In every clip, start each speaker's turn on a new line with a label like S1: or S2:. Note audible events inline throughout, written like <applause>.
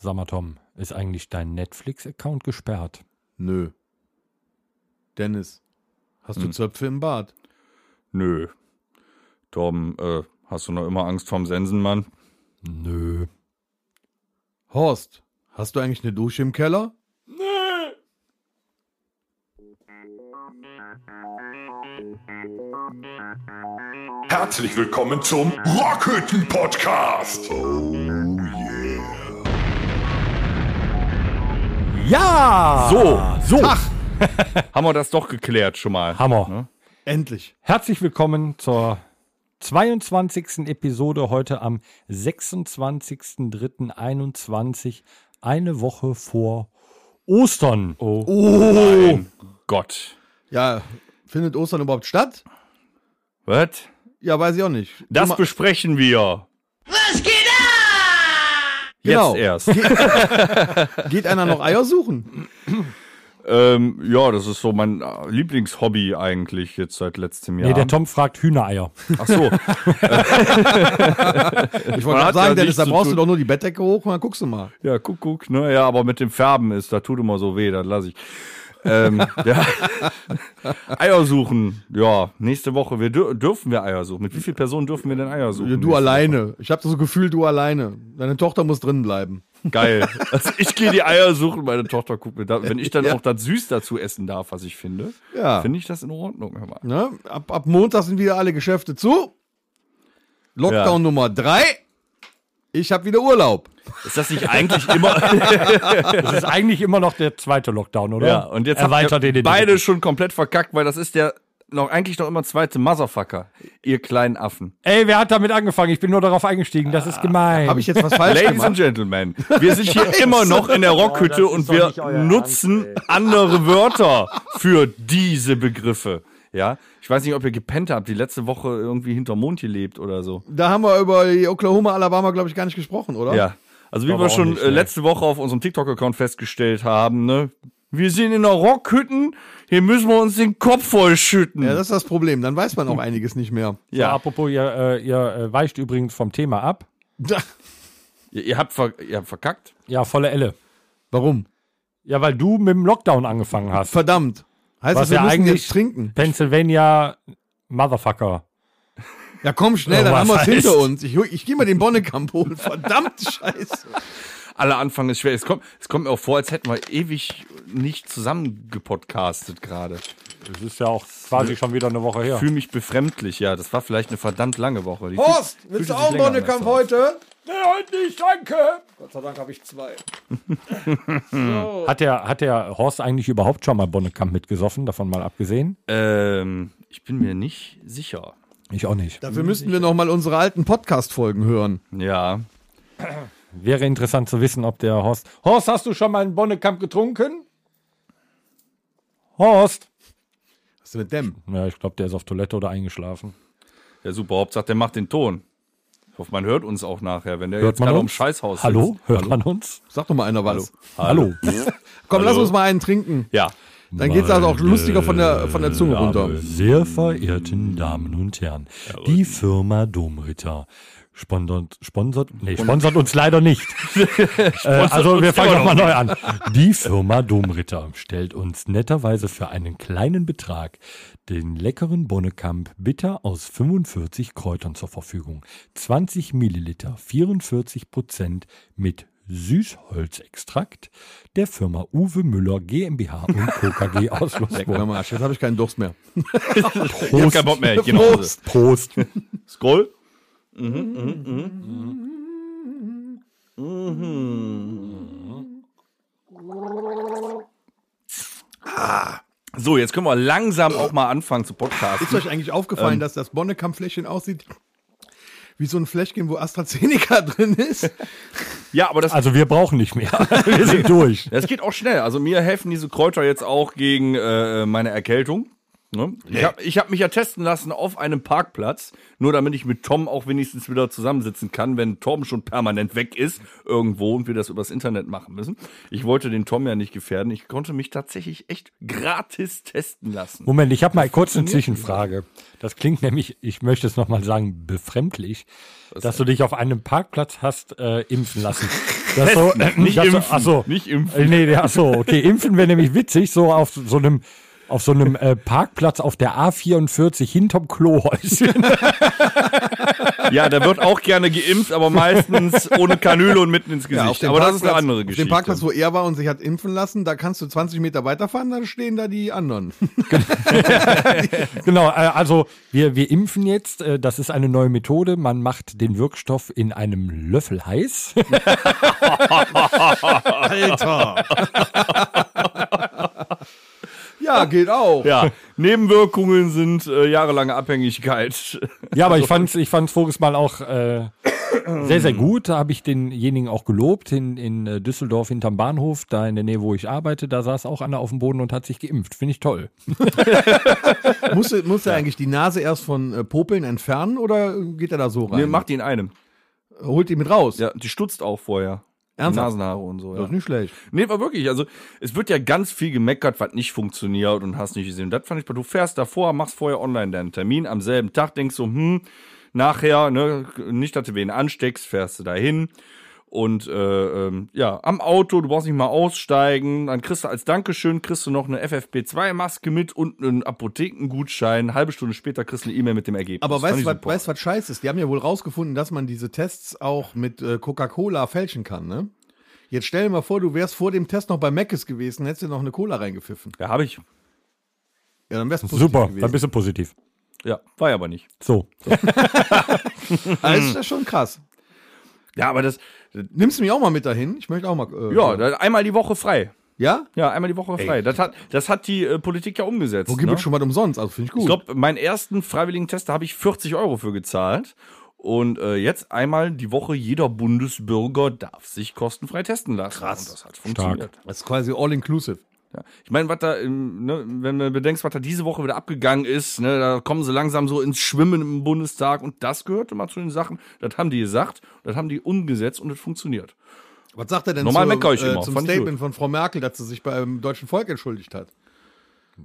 S1: Sag mal, Tom, ist eigentlich dein Netflix-Account gesperrt?
S2: Nö. Dennis, hast du
S3: Hm.
S2: Zöpfe im Bart?
S3: Nö. Tom, äh, hast du noch immer Angst vorm Sensenmann?
S1: Nö.
S2: Horst, hast du eigentlich eine Dusche im Keller?
S4: Herzlich willkommen zum Rockhütten Podcast. Oh yeah.
S1: Ja! So, so.
S3: Ah, <laughs> Haben wir das doch geklärt schon mal.
S1: Hammer.
S3: Ne?
S2: Endlich.
S1: Herzlich willkommen zur 22. Episode heute am 26.03.21, eine Woche vor Ostern. Oh.
S3: Mein Gott.
S2: Ja, findet Ostern überhaupt statt?
S3: Was?
S2: Ja, weiß ich auch nicht.
S3: Das
S2: Immer-
S3: besprechen wir.
S2: Genau.
S1: <laughs>
S3: Jetzt erst.
S2: <laughs> Geht einer noch Eier suchen?
S3: ähm, ja, das ist so mein äh, Lieblingshobby eigentlich jetzt seit letztem Jahr.
S1: Nee, der Tom fragt Hühnereier.
S3: Ach
S1: <laughs>
S2: Ich
S3: so. Man
S2: wollte gerade
S3: hat
S2: sagen,
S3: ja
S2: Dennis,
S3: nichts
S2: da
S3: zu
S2: brauchst du
S3: tun.
S2: doch nur die Bettdecke hoch und dann guckst du mal.
S3: Ja, guck, guck, ne? Ja, aber mit dem Färben ist, da tut immer so weh, das lasse ich. ähm, ja. Eier suchen. Ja, nächste Woche. Wir dür dürfen wir Eier suchen. Mit wie vielen Personen dürfen wir denn Eier suchen?
S2: Ja, du
S3: Nächste
S2: alleine. Ich habe das Gefühl, du alleine. Deine Tochter muss drin bleiben.
S3: Woche? Geil. Also ich gehe die Eier suchen, meine Tochter guckt mir da. Wenn ich dann auch das Süß dazu essen darf, was ich finde,
S2: Ja.
S3: finde ich das in Ordnung. Hör mal.
S2: Ne? Ab, ab Montag sind wieder alle Geschäfte zu. Lockdown
S3: Ja.
S2: Nummer drei. Ich habe wieder Urlaub.
S3: Ist das nicht eigentlich immer.
S1: <laughs> Das ist eigentlich immer noch der zweite Lockdown, oder?
S3: ja, und jetzt
S1: erweitert
S3: habt
S1: ihr
S3: ihr
S1: den
S3: beide schon komplett verkackt, weil das ist der noch eigentlich noch immer zweite Motherfucker, ihr kleinen Affen.
S1: Ey, wer hat damit angefangen? Ich bin nur darauf eingestiegen. Das ist gemein.
S2: Habe ich jetzt was
S3: <laughs>
S2: falsch
S3: Ladies
S2: gemacht?
S3: and Gentlemen, wir sind hier immer noch in der Rockhütte
S1: Boah, Oh, das
S3: und
S1: ist doch
S3: wir
S1: nicht euer
S3: nutzen andere Wörter für diese Begriffe. Ja, ich weiß nicht, ob ihr gepennt habt, die letzte Woche irgendwie hinterm Mond gelebt oder so.
S2: Da haben wir über die Oklahoma, Alabama, glaube ich, gar nicht gesprochen, oder?
S3: Ja. Also wie
S1: Aber
S3: wir
S1: auch
S3: schon
S1: nicht,
S3: äh,
S1: ne.
S3: letzte Woche auf unserem TikTok-Account festgestellt haben, ne? Wir sind in der Rockhütten, hier müssen wir uns den Kopf vollschütten.
S2: Ja, das ist das Problem. Dann
S1: <laughs>
S2: weiß man auch einiges nicht mehr.
S1: Ja.
S3: Ja.
S1: Apropos, ihr, äh, ihr äh, weicht übrigens vom Thema ab.
S3: ihr, ihr, habt ver ihr habt verkackt.
S1: Ja, volle Elle.
S2: Warum?
S1: Ja, weil du mit dem Lockdown angefangen hast.
S2: Verdammt.
S1: Was
S2: Heißt das, wir
S1: ja
S2: müssen
S1: eigentlich-
S2: jetzt trinken?
S1: Pennsylvania Motherfucker.
S2: Ja, komm schnell,
S1: Oh,
S2: dann
S1: was
S2: haben wir es
S1: heißt-
S2: hinter uns. Ich, ich gehe mal den Bonnekamp holen.
S1: <laughs>
S2: Verdammt, scheiße.
S3: Alle Anfang ist schwer. Es kommt, es kommt mir auch vor, als hätten wir ewig nicht zusammengepodcastet gerade.
S1: Das ist ja auch quasi schon wieder eine Woche her.
S3: fühle mich befremdlich, ja. Das war vielleicht eine verdammt lange Woche. Die
S2: Horst, willst
S3: fühlt- fühlte
S2: du
S3: sich
S2: auch einen
S3: länger an
S2: Bonnekamp
S3: als
S2: heute?
S1: Nee, heute nicht, danke.
S2: Gott sei Dank habe ich zwei.
S1: Hat der, hat der Horst eigentlich überhaupt schon mal Bonnekamp mitgesoffen, davon mal abgesehen?
S3: sonst. Ähm, ich bin mir nicht sicher.
S1: Ich auch nicht.
S2: Dafür müssten wir nochmal unsere alten Podcast-Folgen hören.
S3: Ja.
S1: Wäre interessant zu wissen, ob der Horst. Horst, hast du schon mal einen Bonnekamp getrunken? Horst.
S2: Was ist mit dem?
S1: Ja, ich glaube, der ist auf Toilette oder eingeschlafen.
S3: Ja, super. Hauptsache, der macht den Ton. Ich hoffe, man hört uns auch nachher, wenn der
S1: Hört
S3: jetzt
S1: man
S3: gerade
S1: uns?
S3: im Scheißhaus
S1: Hallo?
S3: sitzt.
S1: Hört man uns?
S2: Sag doch mal einer was.
S1: Hallo.
S2: Komm, lass
S3: Hallo.
S2: uns mal einen trinken.
S3: Ja.
S2: Dann geht's also auch lustiger von der, von der Zunge
S1: Meine
S2: runter.
S1: Sehr verehrten Damen und Herren, die Firma Domritter sponsert, sponsert, nee, sponsert uns leider
S3: <laughs>
S1: nicht. äh, also wir fangen nochmal neu an. Die Firma Domritter stellt uns netterweise für einen kleinen Betrag den leckeren Bonnekamp Bitter aus 45 Kräutern zur Verfügung. 20 Milliliter, 44 Prozent mit Süßholzextrakt der Firma Uwe Müller GmbH und
S3: <laughs>
S1: KKG aus
S2: Hör
S1: Luxemburg.
S2: mal, jetzt habe ich keinen Durst mehr.
S3: Ich hab keinen Bock mehr. Ich geh nach Hause.
S1: Prost.
S2: Prost.
S3: Scroll. Mhm, Mhm, mhm, mhm. Ah. So, jetzt können wir langsam auch mal anfangen zu
S2: Ist
S3: podcasten.
S2: euch eigentlich aufgefallen,
S3: Ähm.
S2: dass das Bonnekamp-Fläschchen aussieht wie so ein Fläschchen, wo AstraZeneca <laughs> drin ist?
S3: Ja, aber das
S1: Also wir brauchen nicht
S3: <laughs>
S1: mehr. Wir sind durch.
S3: Das geht auch schnell. Also mir helfen diese Kräuter jetzt auch gegen äh, meine Erkältung. Ne? Ich habe ich hab mich ja testen lassen auf einem Parkplatz, nur damit ich mit Tom auch wenigstens wieder zusammensitzen kann, wenn Tom schon permanent weg ist irgendwo und wir das übers Internet machen müssen. Ich wollte den Tom ja nicht gefährden. Ich konnte mich tatsächlich echt gratis testen lassen.
S1: Moment, ich habe mal kurz eine Zwischenfrage. Das klingt nämlich, ich möchte es
S3: <laughs>
S1: nochmal sagen, befremdlich, dass du dich auf einem Parkplatz hast äh, impfen lassen. Das so,
S3: Nicht
S1: das so,
S3: impfen.
S1: ach so.
S3: Nicht impfen.
S1: Äh, Nee, ach so, okay. Impfen wäre nämlich witzig, so auf so einem, auf so einem äh, Parkplatz auf der A44 hinterm Klohäuschen.
S3: <laughs> Ja, da wird auch gerne geimpft, aber
S2: <laughs>
S3: meistens ohne Kanüle und mitten ins Gesicht.
S2: dem
S3: aber das ist eine
S2: Parkplatz-
S3: andere
S2: auf
S3: Geschichte.
S2: dem Parkplatz, wo er war und sich hat impfen lassen, da kannst du 20 Meter weiterfahren, dann stehen da die anderen.
S1: genau, äh, also wir, wir impfen jetzt. Äh, das ist eine neue Methode. Man macht den Wirkstoff in einem Löffel heiß.
S2: Alter! ja, geht auch.
S3: <laughs> ja, Nebenwirkungen sind äh, jahrelange Abhängigkeit.
S1: Ja, aber ich
S3: Also,
S1: fand's, ich fand's voriges Mal auch
S3: <coughs>
S1: äh, sehr, sehr gut. Da habe ich denjenigen auch gelobt in, in äh, Düsseldorf hinterm Bahnhof, da in der Nähe, wo ich arbeite. Da saß auch einer auf dem Boden und hat sich geimpft. Finde ich toll.
S2: Muss, er- muss er eigentlich die Nase erst von äh, Popeln entfernen oder geht er da so rein?
S3: Nee, macht die in einem.
S2: Holt die mit raus.
S3: Ja, die stutzt auch vorher. Die
S2: Ernsthaft?
S3: Nasenhaare und so.
S2: Das
S3: Ja.
S2: ist nicht schlecht.
S3: Nee, war wirklich. Also, es wird ja ganz viel gemeckert, was nicht funktioniert und hast nicht gesehen. Und das fand ich, du fährst davor, machst vorher online deinen Termin am selben Tag, denkst so, hm, nachher, ne, nicht, dass du wen ansteckst, fährst du dahin. Und äh, ähm, ja, am Auto, du brauchst nicht mal aussteigen. Dann kriegst du als Dankeschön kriegst du noch eine FFP2-Maske mit und einen Apothekengutschein. Halbe Stunde später kriegst du eine E-Mail mit dem Ergebnis.
S2: Aber weißt
S3: Fand
S2: du,
S3: ich
S2: was,
S3: super.
S2: weißt, du, was scheiße ist? Die haben ja wohl rausgefunden, dass man diese Tests auch mit äh, Coca-Cola fälschen kann, ne? Jetzt stell dir mal vor, du wärst vor dem Test noch bei Mc's gewesen, hättest dir noch eine Cola reingepfiffen.
S3: Ja, habe ich.
S2: Ja, dann wär's positiv
S1: Super, dann
S2: gewesen. <laughs>
S1: bist du positiv.
S3: Ja, war ja aber nicht.
S1: So.
S2: Also, das ist ja schon krass.
S3: Ja, aber das.
S2: Nimmst du mich auch mal mit dahin? Ich möchte auch mal. Äh,
S3: Ja, dann einmal die Woche frei.
S2: ja?
S3: Ja, einmal die Woche frei. Das hat, das hat die äh, Politik ja umgesetzt.
S2: Wo gibt
S3: ne?
S2: es schon was umsonst? Also finde ich gut.
S3: Ich glaube, meinen ersten freiwilligen Test, da habe ich 40 Euro für gezahlt. Und äh, jetzt einmal die Woche, jeder Bundesbürger darf sich kostenfrei testen lassen. Krass. Und das hat funktioniert.
S2: das ist quasi all inclusive.
S3: Ja. Ich meine, was da, ähm, ne, wenn man bedenkt, was da diese Woche wieder abgegangen ist, ne, da kommen sie langsam so ins Schwimmen im Bundestag und das gehörte mal zu den Sachen, das haben die gesagt, das haben die umgesetzt und das funktioniert.
S2: Was sagt er denn
S3: Normal meckere ich
S2: äh,
S3: immer,
S2: zum
S3: fand ich
S2: Statement von Frau Merkel, dass sie sich beim deutschen Volk entschuldigt hat?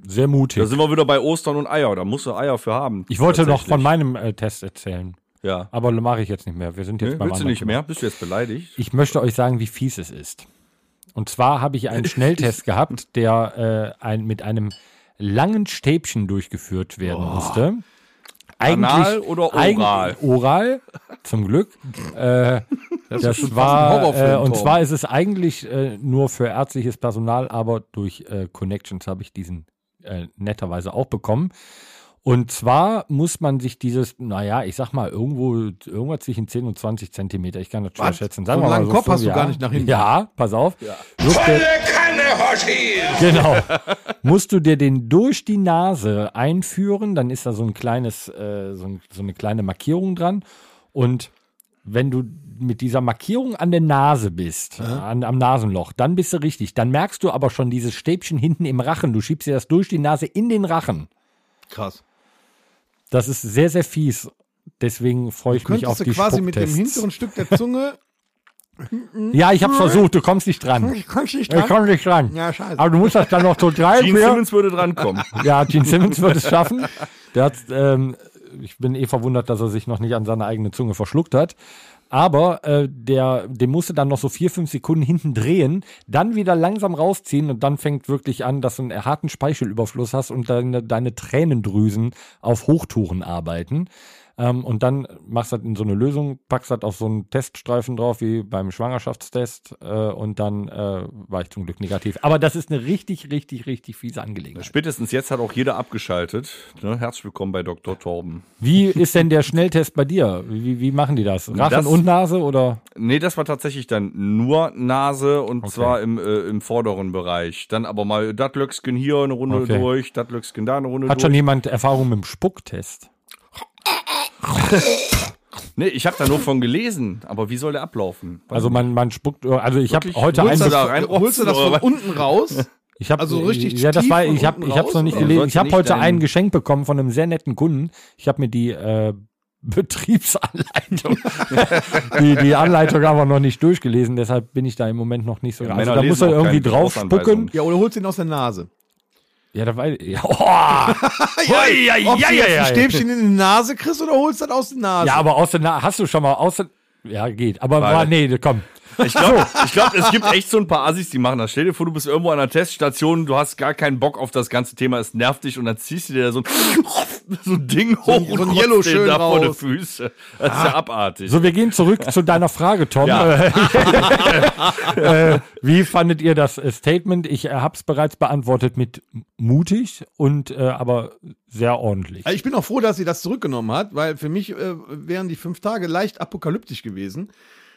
S1: Sehr mutig.
S3: Da sind wir wieder bei Ostern und Eier, da musst du Eier für haben.
S1: Ich wollte noch
S3: Tatsächlich.
S1: von meinem äh, Test erzählen,
S3: Ja.
S1: aber mache ich jetzt nicht mehr. Wir sind jetzt
S3: Ne?
S1: beim
S3: Willst du
S1: anderen
S3: nicht
S1: Thema.
S3: mehr? Bist du jetzt beleidigt?
S1: Ich möchte euch sagen, wie fies es ist. Und zwar habe ich einen Schnelltest gehabt, der äh, ein, mit einem langen Stäbchen durchgeführt werden musste. Eigentlich,
S3: Anal oder
S1: eig-
S3: oral?
S1: oral, zum Glück. Äh, das
S2: fast ein
S1: war,
S2: Horrorfilm,
S1: äh, und
S2: Tom.
S1: zwar ist es eigentlich äh, nur für ärztliches Personal, aber durch äh, Connections habe ich diesen äh, netterweise auch bekommen. Und zwar muss man sich dieses, naja, ich sag mal, irgendwo, irgendwas zwischen 10 und 20 Zentimeter, ich kann das schwer
S2: Was?
S1: schätzen.
S2: So einen langen Kopf
S1: fünf
S2: hast du gar
S1: Jahre.
S2: nicht nach hinten.
S1: Ja, pass auf.
S2: <laughs>
S1: Musste,
S4: Volle Kanne, Hoshi!
S1: genau. Musst du dir den durch die Nase einführen, dann ist da so ein kleines, äh, so, ein, so eine kleine Markierung dran. Und wenn du mit dieser Markierung an der Nase bist, an, am Nasenloch, dann bist du richtig. Dann merkst du aber schon dieses Stäbchen hinten im Rachen. Du schiebst dir das durch die Nase in den Rachen.
S2: Krass.
S1: Das ist sehr, sehr fies. Deswegen freue ich mich auf
S2: Könntest du
S1: die
S2: quasi mit dem
S1: Spucktests.
S2: hinteren Stück der
S3: <laughs>
S2: Zunge.
S1: Ja, ich habe versucht, du kommst nicht dran.
S2: ich kann nicht
S1: Ich komme nicht dran.
S2: Hm. Ja, scheiße.
S1: Aber du musst das dann noch
S2: <laughs>
S1: so
S3: Gene
S1: treiben.
S3: Simmons würde drankommen. <laughs>
S1: Ja, Gene Simmons wird es schaffen. Der hat, ähm, ich bin eh verwundert, dass er sich noch nicht an seine eigene Zunge verschluckt hat. Aber äh, der, dem musste dann noch so vier, fünf Sekunden hinten drehen, dann wieder langsam rausziehen und dann fängt wirklich an, dass du einen harten Speichelüberfluss hast und deine, deine Tränendrüsen auf Hochtouren arbeiten. Ähm, und dann machst du das in so eine Lösung, packst das auf so einen Teststreifen drauf, wie beim Schwangerschaftstest, äh, und dann äh, war ich zum Glück negativ. Aber das ist eine richtig, richtig, richtig fiese Angelegenheit.
S3: Spätestens jetzt hat auch jeder abgeschaltet. Ne? Herzlich willkommen bei Dr. Torben.
S1: Wie ist denn der Schnelltest bei dir? Wie, wie machen die das? Rachen
S3: Das-
S1: und Nase oder?
S3: Nee, das war tatsächlich dann nur Nase und zwar im, äh, im vorderen Bereich. Dann aber mal das Löckskin hier eine Runde
S1: Okay.
S3: durch, das Löckskin da eine Runde
S1: Hat schon
S3: durch.
S1: jemand Erfahrung mit dem Spucktest?
S3: nee, ich habe da nur von gelesen, aber wie soll der ablaufen?
S1: Also man, man spuckt, also ich habe
S3: Wirklich?
S1: heute
S3: Holst
S1: einen,
S3: du
S1: Be-
S3: da rein?
S2: Holst du das
S3: Oder
S2: von
S3: was? <laughs>
S2: unten raus?
S1: ich habe
S2: also richtig
S1: ja, das
S2: tief
S1: war,
S2: und
S1: ich habe,
S2: unten
S1: ich habe es noch
S2: raus,
S1: nicht
S2: oder?
S1: gelesen.
S3: Sollst
S1: Ich
S3: du
S1: habe
S3: nicht
S1: heute
S3: deinen-
S1: ein Geschenk bekommen von einem sehr netten Kunden. Ich habe mir die äh,
S3: <laughs>
S1: Betriebsanleitung, die, die Anleitung aber noch nicht durchgelesen. Deshalb bin ich da im Moment noch nicht so.
S3: Ja,
S1: also
S3: Männer
S1: da muss
S3: lesen
S1: er
S3: auch
S1: irgendwie
S3: keine
S1: drauf spucken.
S3: Gebrauchsanweisung.
S2: Ja, oder holst ihn aus der Nase.
S1: Ja, da war ja, <laughs> oh,
S3: ja,
S2: Ob du jetzt ein
S1: ja.
S2: Stäbchen in die Nase kriegst oder holst das aus der Nase?
S1: ja, aber aus der Na- hast du schon mal aus der, ja geht. Aber
S3: Weil-
S1: war, nee, komm.
S3: Ich glaube, glaub, es gibt echt so ein paar Assis, die machen das. Stell dir vor, du bist irgendwo an einer Teststation, du hast gar keinen Bock auf das ganze Thema, es nervt dich und dann ziehst du dir da so ein, so ein <laughs> Ding hoch
S2: so ein
S3: und
S2: Yellow
S3: rotzt den
S2: schön
S3: da vor die
S2: raus. Ah.
S3: Füße. Das ist ja abartig.
S1: So, wir gehen zurück zu deiner Frage, Tom. <laughs>
S3: Ja.
S1: Äh, äh, wie fandet ihr das äh, Statement? Ich äh, habe es bereits beantwortet mit mutig und äh, aber sehr ordentlich.
S2: Also ich bin auch froh, dass sie das zurückgenommen hat, weil für mich äh, wären die fünf Tage leicht apokalyptisch gewesen.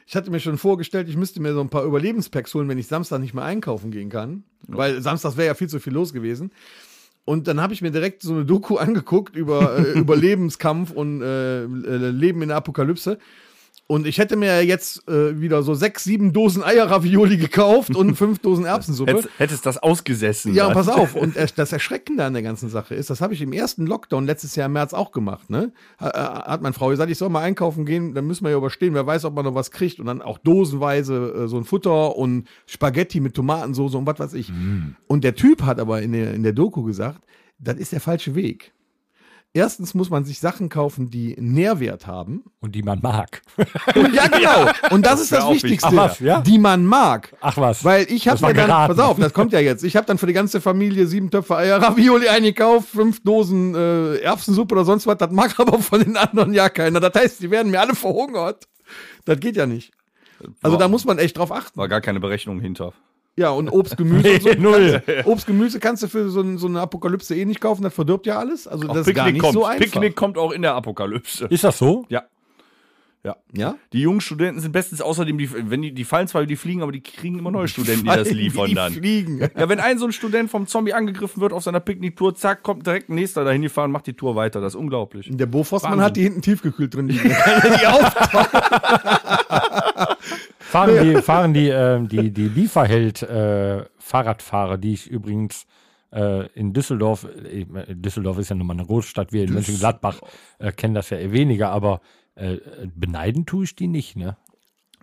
S2: Ich hatte mir schon vorgestellt, ich müsste mir so ein paar Überlebenspacks holen, wenn ich Samstag nicht mehr einkaufen gehen kann. Weil Samstags wäre ja viel zu viel los gewesen. Und dann habe ich mir direkt so eine Doku <laughs> angeguckt über äh, Überlebenskampf und äh, äh, Leben in der Apokalypse. Und ich hätte mir jetzt äh, wieder so sechs, sieben Dosen Eier-Ravioli gekauft und fünf Dosen Erbsensuppe.
S3: Hättest, hättest das ausgesessen.
S2: Ja, und
S3: dann.
S2: pass auf. Und ersch- das Erschreckende an der ganzen Sache ist, das habe ich im ersten Lockdown letztes Jahr im März auch gemacht. Ne? Ha- ha- Hat meine Frau gesagt, ich soll mal einkaufen gehen, dann müssen wir ja überstehen. Wer weiß, ob man noch was kriegt. Und dann auch dosenweise äh, so ein Futter und Spaghetti mit Tomatensoße und was weiß ich. Und der Typ hat aber in der, in der Doku gesagt, das ist der falsche Weg. Erstens muss man sich Sachen kaufen, die einen Nährwert <laughs> haben.
S1: Und die man mag.
S2: Und ja, genau. Und das, ist
S3: wär
S2: das
S3: auch wichtig.
S2: Wichtigste,
S1: Ach was, ja?
S2: die man mag.
S1: Ach was.
S2: Weil ich
S1: Das
S2: habe
S1: war
S2: mir dann,
S1: geraten.
S2: pass auf, das kommt ja jetzt. Ich habe dann für die ganze Familie sieben Töpfe Eier <laughs> Ravioli eingekauft, fünf Dosen äh, Erbsensuppe oder sonst was. Das mag <laughs> aber von den anderen ja keiner. Das heißt, die werden mir alle verhungert. Das geht ja nicht. Also
S3: Boah.
S2: da muss man echt drauf achten.
S3: War gar keine Berechnung hinter.
S2: Ja, und
S1: <laughs>
S2: Obst, Gemüse und so.
S1: Nee, null.
S2: <laughs> Obst, Gemüse kannst du für so, ein, so eine Apokalypse eh nicht kaufen, das verdirbt ja alles. Also das ist gar nicht
S3: kommt.
S2: so einfach.
S3: Picknick kommt auch in der Apokalypse.
S1: Ist das so?
S3: Ja.
S2: Ja?
S3: Die jungen Studenten sind bestens außerdem, die, wenn die, die fallen zwar, die fliegen, aber die kriegen immer neue Studenten, die das liefern
S2: <laughs> Die
S3: dann.
S2: Fliegen.
S3: Ja, wenn ein so ein Student vom Zombie angegriffen wird auf seiner Picknicktour, zack, kommt direkt ein nächster dahin gefahren, macht die Tour weiter. Das ist unglaublich.
S2: Der Bofossmann
S3: Wahnsinn.
S2: hat die hinten tiefgekühlt drin liegen.
S1: <laughs> Fahren die, fahren die, ähm, die, die Lieferheld äh, Fahrradfahrer, die ich übrigens äh, in Düsseldorf, äh, Düsseldorf ist ja nun mal eine Großstadt, wir in Mönchengladbach äh, kennen das ja eher weniger, aber äh, beneiden tue ich die nicht, ne?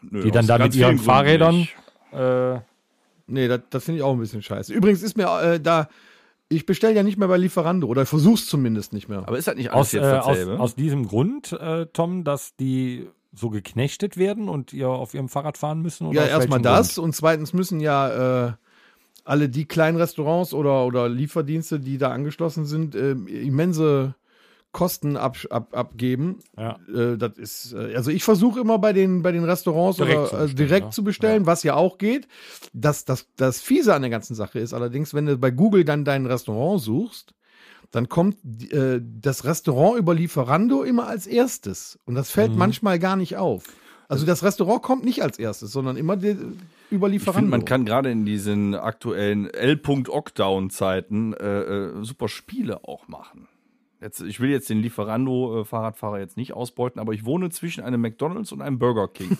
S3: Nö,
S1: Die dann
S3: aus
S1: da
S3: ganz
S1: mit ihren
S3: vielen Gründen
S1: Fahrrädern
S3: nicht.
S1: äh,
S2: Nee, das, das finde ich auch ein bisschen scheiße. Übrigens ist mir äh, da, ich bestelle ja nicht mehr bei Lieferando oder versuch's zumindest nicht mehr.
S3: Aber ist das nicht alles
S1: aus, äh,
S3: jetzt
S1: aus,
S3: dasselbe?
S1: aus diesem Grund, äh, Tom, dass die so geknechtet werden und ihr auf ihrem Fahrrad fahren müssen? Oder
S2: ja,
S1: aus
S2: erstmal
S1: welchem
S2: das und zweitens müssen ja äh, alle die kleinen Restaurants oder, oder Lieferdienste, die da angeschlossen sind, äh, immense Kosten ab, ab, abgeben.
S1: Ja.
S2: Äh, das ist, äh, also ich versuche immer bei den, bei den Restaurants
S1: Direkt
S2: oder
S1: zu
S2: äh,
S1: bestellen,
S2: direkt
S1: ja.
S2: zu bestellen, was ja auch geht. Das, das, das Fiese an der ganzen Sache ist allerdings, wenn du bei Google dann dein Restaurant suchst, dann kommt äh, das Restaurant über Lieferando immer als erstes. Und das
S3: Mhm.
S2: fällt manchmal gar nicht auf. Also das Restaurant kommt nicht als erstes, sondern immer die, über
S3: Ich
S2: Lieferando.
S3: finde, man kann gerade in diesen aktuellen L.Ockdown-Zeiten äh, äh, super Spiele auch machen. Jetzt, ich will jetzt den Lieferando-Fahrradfahrer jetzt nicht ausbeuten, aber ich wohne zwischen einem McDonalds und einem
S2: <laughs>
S3: Burger King.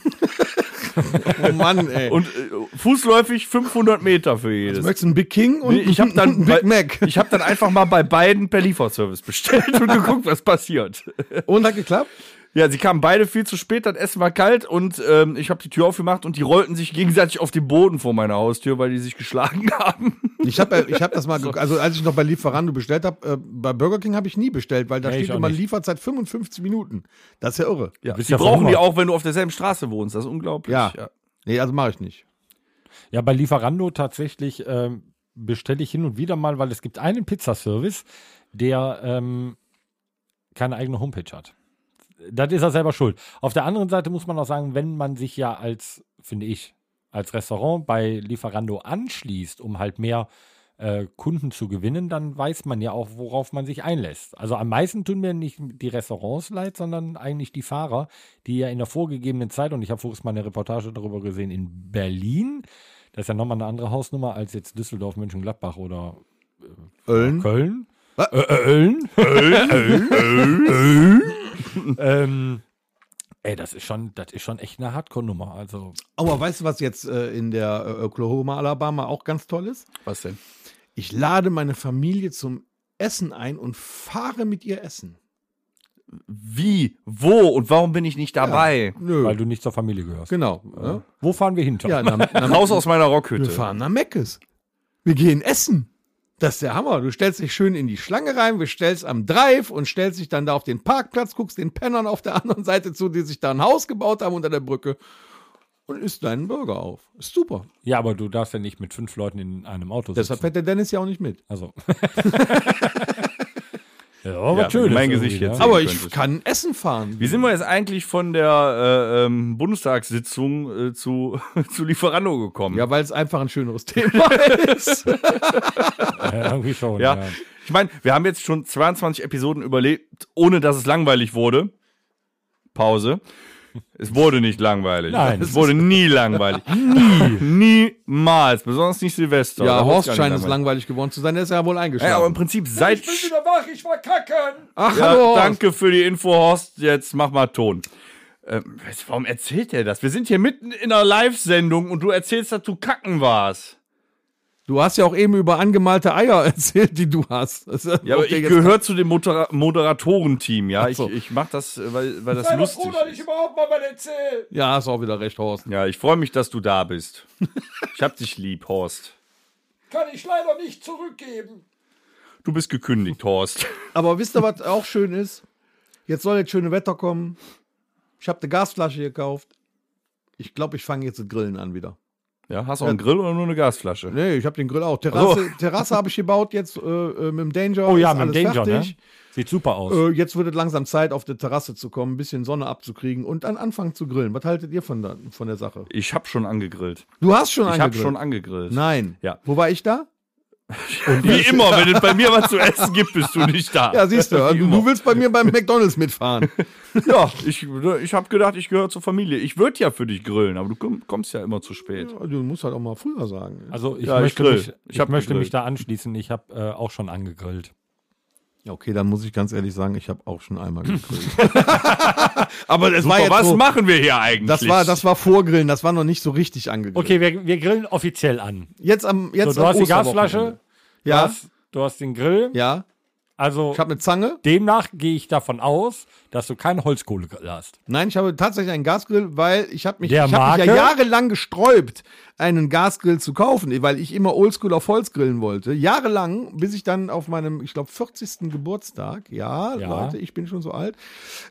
S2: oh Mann, ey.
S3: <laughs> und äh, fußläufig 500 Meter für
S2: du
S3: jedes.
S2: möchtest einen Big King und
S3: Nee, ich habe dann
S2: einen
S3: bei-
S2: Big Mac.
S3: <laughs> Ich habe dann einfach mal bei beiden per Lieferservice bestellt und geguckt, was passiert.
S2: Und hat geklappt?
S3: Ja, sie kamen beide viel zu spät, das Essen war kalt und ähm, ich habe die Tür aufgemacht und die rollten sich gegenseitig auf den Boden vor meiner Haustür, weil die sich geschlagen <laughs> haben.
S2: Ich habe ich hab das
S1: <laughs>
S2: mal, ge- also als ich noch bei Lieferando bestellt habe, äh, bei Burger King habe ich nie bestellt, weil da
S1: Nee, ich
S2: steht
S1: auch
S2: immer
S1: nicht.
S2: Lieferzeit 55 Minuten. Das ist ja irre.
S3: Ja,
S1: bist
S3: die
S1: ja
S3: brauchen die
S1: verhungert.
S3: auch, wenn du auf derselben Straße wohnst. Das ist unglaublich.
S2: Ja. Nee, also mache ich nicht.
S1: Grund? Ja, bei Lieferando tatsächlich ähm, bestelle ich hin und wieder mal, weil es gibt einen Pizzaservice, der ähm, keine eigene Homepage hat. Das ist er selber schuld. Auf der anderen Seite muss man auch sagen, wenn man sich ja als, finde ich, als Restaurant bei Lieferando anschließt, um halt mehr äh, Kunden zu gewinnen, dann weiß man ja auch, worauf man sich einlässt. Also am meisten tun mir nicht die Restaurants leid, sondern eigentlich die Fahrer, die ja in der vorgegebenen Zeit, und ich habe vorhin mal eine Reportage darüber gesehen, in Berlin, das ist ja nochmal eine andere Hausnummer als jetzt Düsseldorf, Mönchengladbach oder
S2: Ölln?
S1: Köln.
S2: Hm? Was?
S1: Äh, äh, Ölln. <laughs> Ölln. ähm, ey, das ist schon, das ist schon echt eine Hardcore-Nummer. Also
S2: Aber weißt du, was jetzt äh, in der äh, Oklahoma, Alabama auch ganz toll ist?
S3: Was denn?
S2: Ich lade meine Familie zum Essen ein und fahre mit ihr essen.
S3: Wie? Wo? Und warum bin ich nicht dabei?
S2: Nö.
S1: weil du nicht zur Familie gehörst.
S2: genau. ne?
S1: Wo fahren wir hin? Tom?
S2: Äh. Ja, na,
S1: <laughs>
S2: na,
S3: Raus aus meiner
S2: wir
S3: Rockhütte.
S2: fahren nach Meckes. Wir gehen essen. Das ist der Hammer. Du stellst dich schön in die Schlange rein, wir stellst am Drive und stellst dich dann da <laughs> auf den Parkplatz, guckst den Pennern auf der anderen Seite zu, die sich da ein Haus gebaut haben unter der Brücke. und isst deinen Burger auf. Ist super.
S1: Ja, aber du darfst ja nicht mit fünf Leuten in einem Auto sitzen.
S2: Deshalb fährt der Dennis ja auch nicht mit.
S1: also. <laughs> ja, aber
S3: Ja,
S1: schön.
S3: mein Gesicht jetzt.
S2: Aber ich
S3: könntest.
S2: kann Essen fahren.
S3: Wie sind wir jetzt eigentlich von der äh, ähm, Bundestagssitzung äh, zu, <laughs> zu Lieferando gekommen?
S2: Ja, weil es einfach ein
S3: <laughs>
S2: schöneres Thema ist.
S1: Ja, irgendwie schon.
S3: Ja.
S1: ja.
S3: Ich meine, wir haben jetzt schon 22 Episoden überlebt, ohne dass es langweilig wurde. Pause. Es wurde nicht langweilig.
S1: Nein.
S3: Es wurde nie langweilig. Nie. Niemals. Besonders nicht Silvester.
S2: Ja,
S3: Da wird's
S2: Horst
S3: gar nicht
S2: scheint es
S3: langweilig.
S2: langweilig geworden zu sein. Der ist ja wohl
S3: Ja, aber im
S2: eingeschlafen.
S3: Prinzip seit.
S1: wach, ich war kacken.
S2: Ach,
S3: Ja,
S2: hallo Horst.
S3: danke für die Info, Horst. Jetzt mach mal Ton. Ähm, was- warum erzählt er das? Wir sind hier mitten in einer Live-Sendung und du erzählst, dass du kacken warst.
S2: Du hast ja auch eben über angemalte Eier <laughs> erzählt, die du hast. Das ist-
S3: Ja, aber
S2: ob der
S3: Äh,
S2: jetzt-
S3: ich gehöre zu dem Modera Moderatorenteam, ja.
S2: Ach so.
S3: Ich, ich mach das, äh, weil, weil das lustig ist.
S1: überhaupt mal was erzählt.
S2: Ja, hast auch wieder recht, Horst.
S3: Ja, ich freue mich, dass du da bist. Ich hab dich lieb, Horst.
S1: Kann ich leider nicht zurückgeben.
S3: Du bist gekündigt, Horst.
S2: Aber wisst ihr, was auch schön ist? Jetzt soll jetzt schöne Wetter kommen. Ich habe eine Gasflasche gekauft. Ich glaube, ich fange jetzt das Grillen an wieder.
S3: Ja, hast du auch einen Grill oder nur eine Gasflasche?
S2: Nee, ich habe den Grill auch. Terrasse, <laughs> Terrasse habe ich gebaut jetzt äh, äh, mit dem Danger.
S1: Oh ja,
S2: Ist
S1: mit dem
S2: alles
S1: Danger,
S2: fertig.
S1: ne? Sieht super aus.
S2: Äh, jetzt wird es langsam Zeit, auf die Terrasse zu kommen, ein bisschen Sonne abzukriegen und dann anfangen zu grillen. Was haltet ihr von der, von der Sache?
S3: Ich hab schon angegrillt.
S2: Du hast schon
S3: Ich hab
S2: angegrillt.
S3: schon angegrillt.
S2: Nein.
S3: Ja.
S2: Wo war ich da?
S3: Wie immer, wenn es bei mir was zu essen gibt, bist du nicht da.
S1: <laughs>
S2: Ja, siehst du, also
S3: Wie
S2: du,
S3: immer.
S2: du willst bei mir beim McDonalds mitfahren.
S3: Ja, ich, ne, ich habe gedacht, ich gehöre zur Familie. Ich würde ja für dich grillen, aber du komm- kommst ja immer zu spät.
S2: Du musst halt auch mal früher sagen.
S1: Also ich
S3: Ja, ich
S1: möchte,
S3: grill.
S1: mich,
S3: Ich
S1: ich
S3: hab
S1: möchte mich
S3: gegrillt.
S1: da anschließen. Ich habe äh, auch schon angegrillt.
S2: Ja, okay, dann muss ich ganz ehrlich sagen, ich habe auch
S1: <clears throat>
S2: schon einmal gegrillt. Aber das war
S3: Aber
S2: jetzt
S3: was
S2: so,
S3: machen wir hier eigentlich?
S2: das war das war Vorgrillen, das war noch nicht so richtig angegrillt.
S1: Okay, wir, wir grillen offiziell an.
S2: Jetzt am jetzt
S1: So, du
S2: am
S1: hast die
S2: Osterwochenende.
S1: Gasflasche, du,
S2: Ja,
S1: hast, du hast den Grill.
S2: ja.
S1: Also
S2: Ich habe eine Zange.
S1: demnach gehe ich davon aus, dass du keinen Holzkohlegrill hast.
S2: Nein, ich habe tatsächlich einen Gasgrill, weil ich habe mich, ich
S1: Der
S2: hab
S1: Marke?
S2: mich ja jahrelang gesträubt, einen Gasgrill zu kaufen, weil ich immer Oldschool auf Holz grillen wollte. Jahrelang, bis ich dann auf meinem, ich glaube, 40. Geburtstag, ja,
S1: Ja.
S2: Leute, ich bin schon so alt,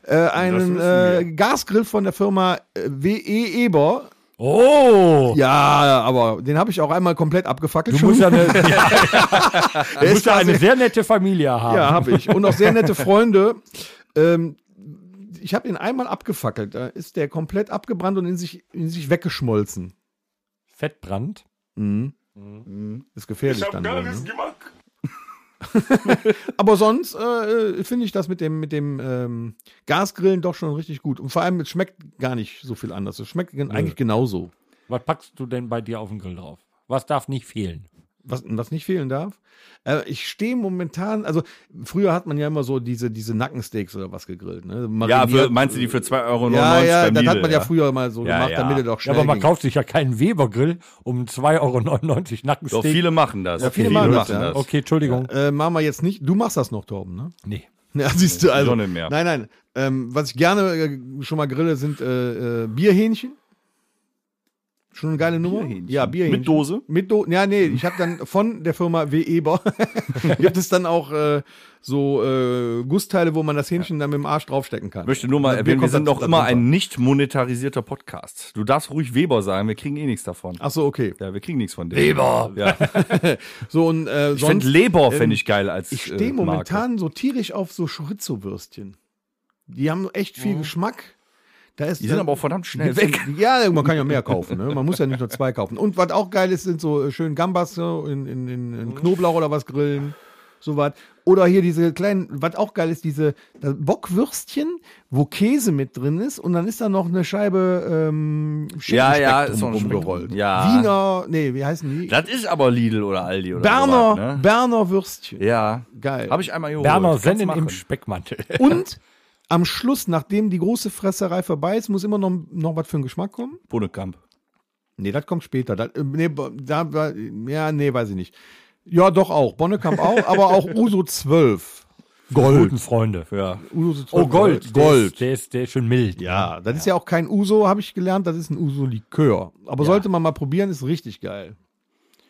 S2: äh, einen
S3: wissen
S2: äh,
S3: wir.
S2: Gasgrill von der Firma äh, WE Eber.
S1: Oh!
S2: Ja, aber den habe ich auch einmal komplett abgefackelt.
S1: Du musst ja
S2: ja, <laughs>
S1: eine, ja,
S2: der
S1: musst
S2: ist
S1: ja eine
S2: tatsächlich-
S1: sehr nette Familie haben.
S2: ja, habe ich. Und auch sehr
S3: <laughs>
S2: nette Freunde. Ähm, ich habe ihn einmal abgefackelt. Da ist der komplett abgebrannt und in sich, in sich weggeschmolzen.
S1: Fettbrand.
S2: Mhm. Ist gefährlich
S4: Ich hab
S2: dann.
S4: gar
S2: wohl,
S4: nichts
S2: ne?
S4: gemacht.
S2: <laughs> Aber sonst äh, äh, finde ich das mit dem, mit dem ähm, Gasgrillen doch schon richtig gut. Und vor allem, es schmeckt gar nicht so viel anders. Es schmeckt gen- eigentlich genauso.
S1: Was packst du denn bei dir auf den Grill drauf? Was darf nicht fehlen?
S2: Was, was nicht fehlen darf. Äh, ich stehe momentan, also früher hat man ja immer so diese, diese Nackensteaks oder was gegrillt. Ne?
S3: ja, für,
S2: Mariniert.
S3: meinst du die für 2,99 Euro?
S2: Ja, ja, das
S3: Lidl,
S2: hat man ja früher mal so
S3: Ja,
S2: gemacht,
S3: ja.
S2: damit er doch
S1: Ja,
S2: schnell
S1: aber man
S2: ging.
S1: kauft sich ja keinen Weber-Grill um 2,99 Euro Nackensteak.
S3: Doch, viele machen das.
S2: Ja, viele machen das, ja.
S1: Okay, Entschuldigung.
S2: Äh, machen wir jetzt nicht. Du machst das noch, Torben, ne?
S1: Nee.
S2: <laughs> Ja, siehst du, also.
S3: doch nicht mehr.
S2: Nein, nein. Ähm, was ich gerne äh, schon mal grille, sind äh, äh, Bierhähnchen. Schon eine geile Nummer?
S3: Bierhähnchen?
S2: Ja, Bierhähnchen.
S3: Mit Dose?
S2: Mit Do ja, nee, ich habe dann von der Firma W. Eber <laughs> gibt es dann auch äh, so äh, Gussteile, wo man das Hähnchen dann mit dem Arsch draufstecken kann.
S3: Ich möchte nur mal
S2: Das Bier
S3: erwähnen, wir
S2: kommt
S3: sind
S2: dann-
S3: doch
S2: dann
S3: immer
S2: runter.
S3: ein nicht monetarisierter Podcast. Du darfst ruhig Weber sagen, wir kriegen eh nichts davon.
S2: Ach so, okay.
S3: Ja, wir kriegen nichts von dem. Weber!
S2: <laughs>
S3: Ja.
S2: So und äh,
S3: Ich fänd
S2: sonst
S3: Leber fände ich geil als
S2: ich stehe
S3: äh, Marke.
S2: momentan so tierisch auf so Chorizo-Würstchen. Die haben echt viel Geschmack. Da ist
S3: Mhm. Die sind aber auch verdammt schnell
S2: Jetzt-
S3: weg.
S2: Ja, man kann ja mehr kaufen. Ne? Man muss ja nicht nur zwei kaufen. Und was auch geil ist, sind so äh, schön Gambas so in, in, in,
S3: Mhm.
S2: in Knoblauch oder was grillen. So was. Oder hier diese kleinen, was auch geil ist, diese äh, Bockwürstchen, wo Käse mit drin ist und dann ist da noch eine Scheibe ähm,
S3: Ja, ja,
S2: Schinkenspeck
S3: ist auch
S2: drum
S3: ein Spektrum.
S2: rumgerollt.
S3: Ja.
S2: Wiener, nee, wie heißen die?
S3: Das ist aber Lidl oder Aldi oder
S2: Berner,
S3: sowas, ne?
S2: Berner Würstchen.
S3: Ja.
S2: Geil.
S3: Habe ich einmal
S2: Oh,
S3: geholt.
S1: Berner
S3: Kannst
S1: Sennen
S3: machen.
S1: im
S2: <laughs>
S1: Speckmantel.
S2: Und am Schluss, nachdem die große Fresserei vorbei ist, muss immer noch, noch was für einen Geschmack kommen.
S3: Bonekamp.
S2: Nee, das kommt später. Das, äh, nee, bo- da, war- ja, nee, weiß ich nicht. Ja, doch auch. Bonnekamp
S3: <laughs>
S2: auch, aber auch Uso 12.
S1: Guten Freunde.
S3: Ja.
S2: Uso 12
S1: Oh, Gold. Der
S2: Gold.
S1: ist, der ist, der ist schön mild.
S2: Ja, Ah, das ist ja auch kein Uso, habe ich gelernt. Das ist ein Uso-Likör. Aber sollte man mal probieren, ist richtig geil.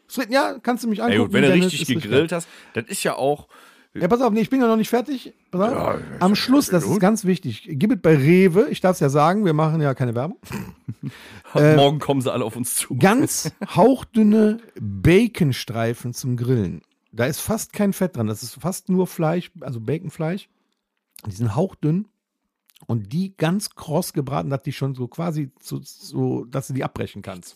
S2: Ist ri- Ja, kannst du mich angucken.
S3: Ey, gut, wenn du
S2: Dennis,
S3: richtig
S2: ist
S3: gegrillt hast, das ist ja auch,
S2: Ja, pass auf, nee, ich bin ja noch nicht fertig. Pass auf. Am Schluss, das ist ganz wichtig. Gib es bei Rewe, ich darf es ja sagen, wir machen ja keine Werbung. Ähm.
S3: Morgen kommen sie alle auf uns zu.
S2: Ganz hauchdünne Baconstreifen zum Grillen. Da ist fast kein Fett dran. Das ist fast nur Fleisch, also Baconfleisch. Die sind hauchdünn und die ganz kross gebraten, dass die schon so quasi so, so dass du die abbrechen kannst.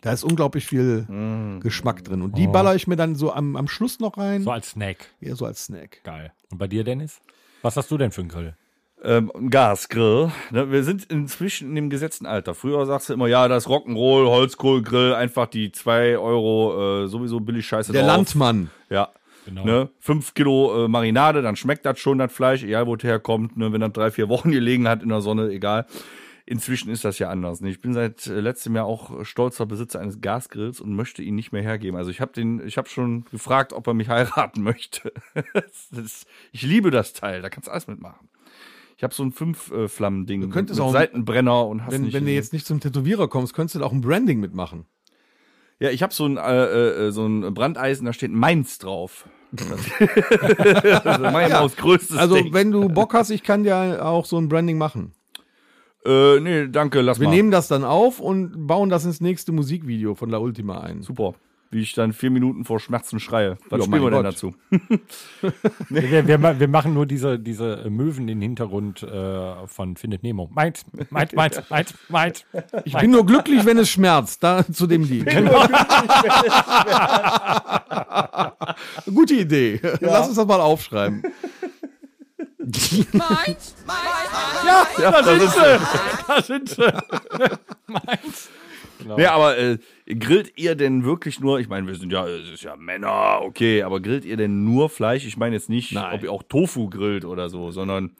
S2: Da ist unglaublich viel
S3: Mm.
S2: Geschmack drin. Und die
S3: Oh.
S2: baller ich mir dann so am, am Schluss noch rein.
S1: So als Snack.
S2: Eher so als Snack.
S1: Geil. Und bei dir, Dennis? Was hast du denn für einen
S2: <laughs>
S1: Grill?
S3: Ähm, ein Gasgrill. Ne, wir sind inzwischen in dem gesetzten Alter. Früher sagst du immer, ja, das Rock'n'Roll, Holzkohlgrill, einfach die 2 Euro äh, sowieso billig Scheiße
S2: Der
S3: drauf.
S2: Landmann.
S3: Ja.
S1: Genau.
S3: Ne, fünf Kilo äh, Marinade, dann schmeckt das schon, das Fleisch, egal wo es herkommt. Ne, wenn das drei, vier Wochen gelegen hat in der Sonne, egal. Inzwischen ist das ja anders. Ne? Ich bin seit äh, letztem Jahr auch stolzer Besitzer eines Gasgrills und möchte ihn nicht mehr hergeben. Also ich habe den, ich habe schon gefragt, ob er mich heiraten <laughs> möchte. das ist, ich liebe das Teil, da kannst du alles mitmachen. Ich habe so ein fünf äh, Flammen Ding
S2: könntest
S3: mit
S2: auch-
S3: Seitenbrenner und hast
S2: Wenn,
S3: nicht
S2: wenn du
S3: gesehen.
S2: jetzt nicht zum Tätowierer kommst, könntest du da auch ein Branding mitmachen.
S3: Ja, ich habe so ein äh, äh, so ein Brandeisen, da steht Mainz drauf. das ist mein Haus größtes
S2: Also,
S3: Ding.
S2: wenn du Bock hast, ich kann dir auch so ein Branding machen.
S3: Äh, nee, danke, lass
S2: Wir
S3: mal.
S2: nehmen das dann auf und bauen das ins nächste Musikvideo von La Ultima ein.
S3: Super. Wie ich dann vier Minuten vor Schmerzen schreie. Was
S2: Ja,
S3: spielen wir
S2: mein
S3: denn
S2: Gott.
S3: dazu?
S1: Wir, wir, ma- wir machen nur diese, diese Möwen den Hintergrund äh, von Findet Nemo. Meint, meint, meint, meint, meint.
S2: Ich bin nur glücklich, wenn es schmerzt. Da zu dem Lied. Gute Idee. Lass uns das mal aufschreiben.
S3: Ja, das ist
S2: <laughs>
S1: Da sind sie.
S3: <laughs>
S2: Genau.
S3: Ja, aber äh, grillt ihr denn wirklich nur, ich meine, wir sind ja, es ist ja Männer, okay, aber grillt ihr denn nur Fleisch? Ich meine jetzt nicht,
S2: Nein.
S3: ob ihr auch Tofu grillt oder so, sondern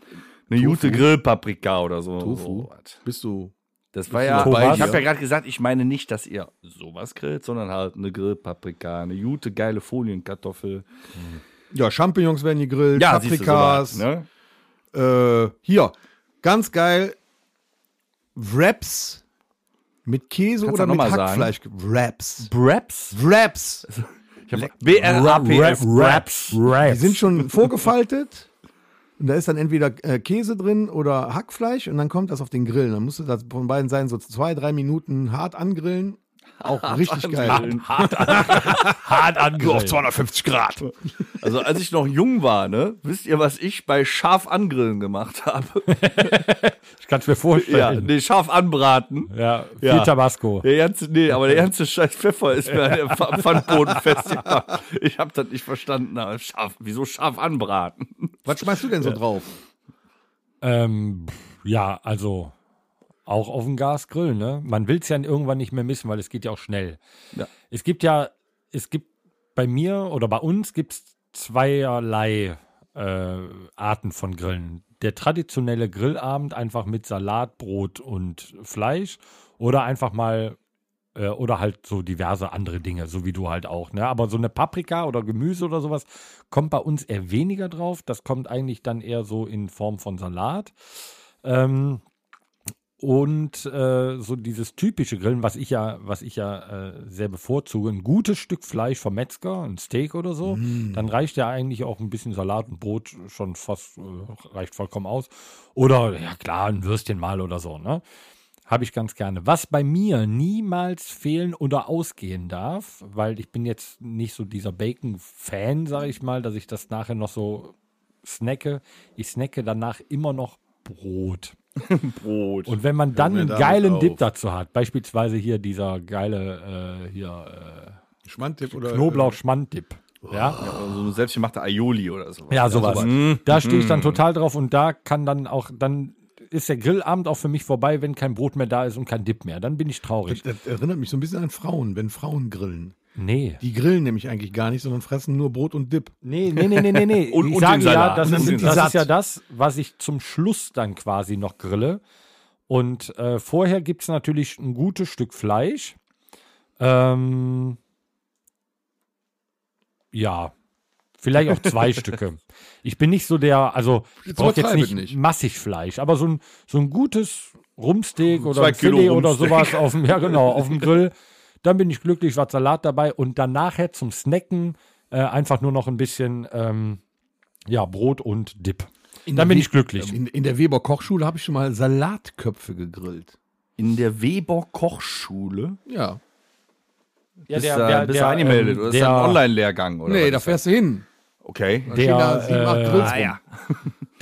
S3: eine gute Grillpaprika oder so.
S2: Tofu?
S3: So was.
S2: Bist du.
S3: Das war ja,
S2: du
S1: dabei
S3: ich habe
S2: hier?
S3: ja gerade gesagt, ich meine nicht, dass ihr sowas grillt, sondern halt eine Grillpaprika, eine gute, geile Folienkartoffel.
S2: Ja, Champignons werden gegrillt,
S3: siehst du,
S2: Paprikas.
S3: so was, ne?
S2: äh, hier, ganz geil. Wraps mit Käse
S3: Kannst du
S2: oder
S3: noch
S2: mit
S3: mal sagen?
S2: Hackfleisch. Wraps.
S3: Wraps?
S2: Wraps.
S3: Ich hab B-R-A-P-S.
S1: Raps.
S2: Die sind schon vorgefaltet. Und da ist dann entweder äh, Käse drin oder Hackfleisch und dann kommt das auf den Grill. Dann musst du das von beiden Seiten so zwei, drei Minuten hart angrillen. Auch richtig geil.
S1: hart
S2: <laughs>
S1: angehört.
S2: 250 Grad.
S3: Also als ich noch jung war, ne, wisst ihr, was ich bei scharf angrillen gemacht habe?
S1: Ich kann es mir
S3: ja,
S1: vorstellen.
S3: nee, scharf anbraten.
S1: Ja, viel
S3: Ja.
S1: Tabasco.
S3: Der ganze, nee, aber der ganze Scheiß Pfeffer ist mir an der Pf- Pfannboden festgemacht. Ich habe das nicht verstanden. Aber scharf, wieso scharf anbraten?
S2: Was schmeißt du denn so drauf?
S1: Ähm, pff, ja, also auch auf dem Gasgrill, ne? Man will es ja irgendwann nicht mehr missen, weil es geht ja auch schnell.
S3: Ja.
S1: Es gibt ja, es gibt bei mir oder bei uns gibt es zweierlei äh, Arten von Grillen. Der traditionelle Grillabend einfach mit Salat, Brot und Fleisch oder einfach mal äh, oder halt so diverse andere Dinge, so wie du halt auch. Ne? Aber so eine Paprika oder Gemüse oder sowas kommt bei uns eher weniger drauf. Das kommt eigentlich dann eher so in Form von Salat. Ähm, und äh, so dieses typische Grillen, was ich ja, was ich ja äh, sehr bevorzuge, ein gutes Stück Fleisch vom Metzger, ein Steak oder so, dann reicht ja eigentlich auch ein bisschen Salat und Brot schon fast äh, reicht vollkommen aus. Oder ja klar, ein Würstchen mal oder so, ne? Habe ich ganz gerne. Was bei mir niemals fehlen oder ausgehen darf, weil ich bin jetzt nicht so dieser Bacon-Fan, sage ich mal, dass ich das nachher noch so snacke. Ich snacke danach immer noch Brot.
S3: Brot.
S1: Und wenn man dann
S2: mir
S1: einen
S2: damit
S1: geilen Dip
S2: auf.
S1: dazu hat, beispielsweise hier dieser geile äh, hier,
S2: Schmandtipp
S1: äh,
S2: oder
S1: Knoblauch-Schmand-Dip.
S2: äh, oh,
S1: Ja?
S3: so eine selbstgemachte Aioli oder sowas.
S1: ja, sowas.
S2: Mhm.
S1: Da stehe ich dann total drauf und da kann dann auch, dann ist der Grillabend auch für mich vorbei, wenn kein Brot mehr da ist und kein Dip mehr. Dann bin ich traurig.
S2: Das erinnert mich so ein bisschen an Frauen, wenn Frauen grillen.
S1: Nee.
S2: Die grillen nämlich eigentlich gar nicht, sondern fressen nur Brot und Dip.
S1: Nee, nee, nee, nee, nee, nee.
S3: <laughs> Und-
S1: ich
S3: und den
S1: sage ja,
S3: Salat.
S1: das,
S3: Und dann
S1: ist,
S3: sind die
S1: das
S2: satt.
S1: ist ja das, was ich zum Schluss dann quasi noch grille. Und äh, vorher gibt es natürlich ein gutes Stück Fleisch. Ähm, ja, vielleicht auch
S3: <laughs>
S1: zwei Stücke. Ich bin nicht so der, also ich
S2: Jetzt
S1: brauche jetzt
S2: übertreibe
S1: nicht,
S2: nicht.
S1: massig Fleisch, aber so ein, so ein gutes Rumsteak oder
S3: Zwei
S1: ein
S3: Kilo
S1: Filet oder
S3: Rumsteak.
S1: sowas auf
S3: <laughs>
S1: dem, ja genau, auf dem Grill. Dann bin ich glücklich, was Salat dabei und dann nachher zum Snacken Äh, einfach nur noch ein bisschen ähm, ja, Brot und Dip. Dann bin ich glücklich.
S2: Ähm, In, in der Weber Kochschule habe ich schon mal Salatköpfe gegrillt.
S3: In der Weber Kochschule
S2: Ja.
S1: Ja,
S3: bist du bist du eingemeldet. oder ist das ein
S1: der,
S3: Online-Lehrgang? oder
S2: nee,
S3: was
S2: da
S3: ist das?
S2: fährst du hin.
S3: Okay.
S2: Da stehen da sieben, acht
S1: äh,
S2: Grills
S3: Ah, ja.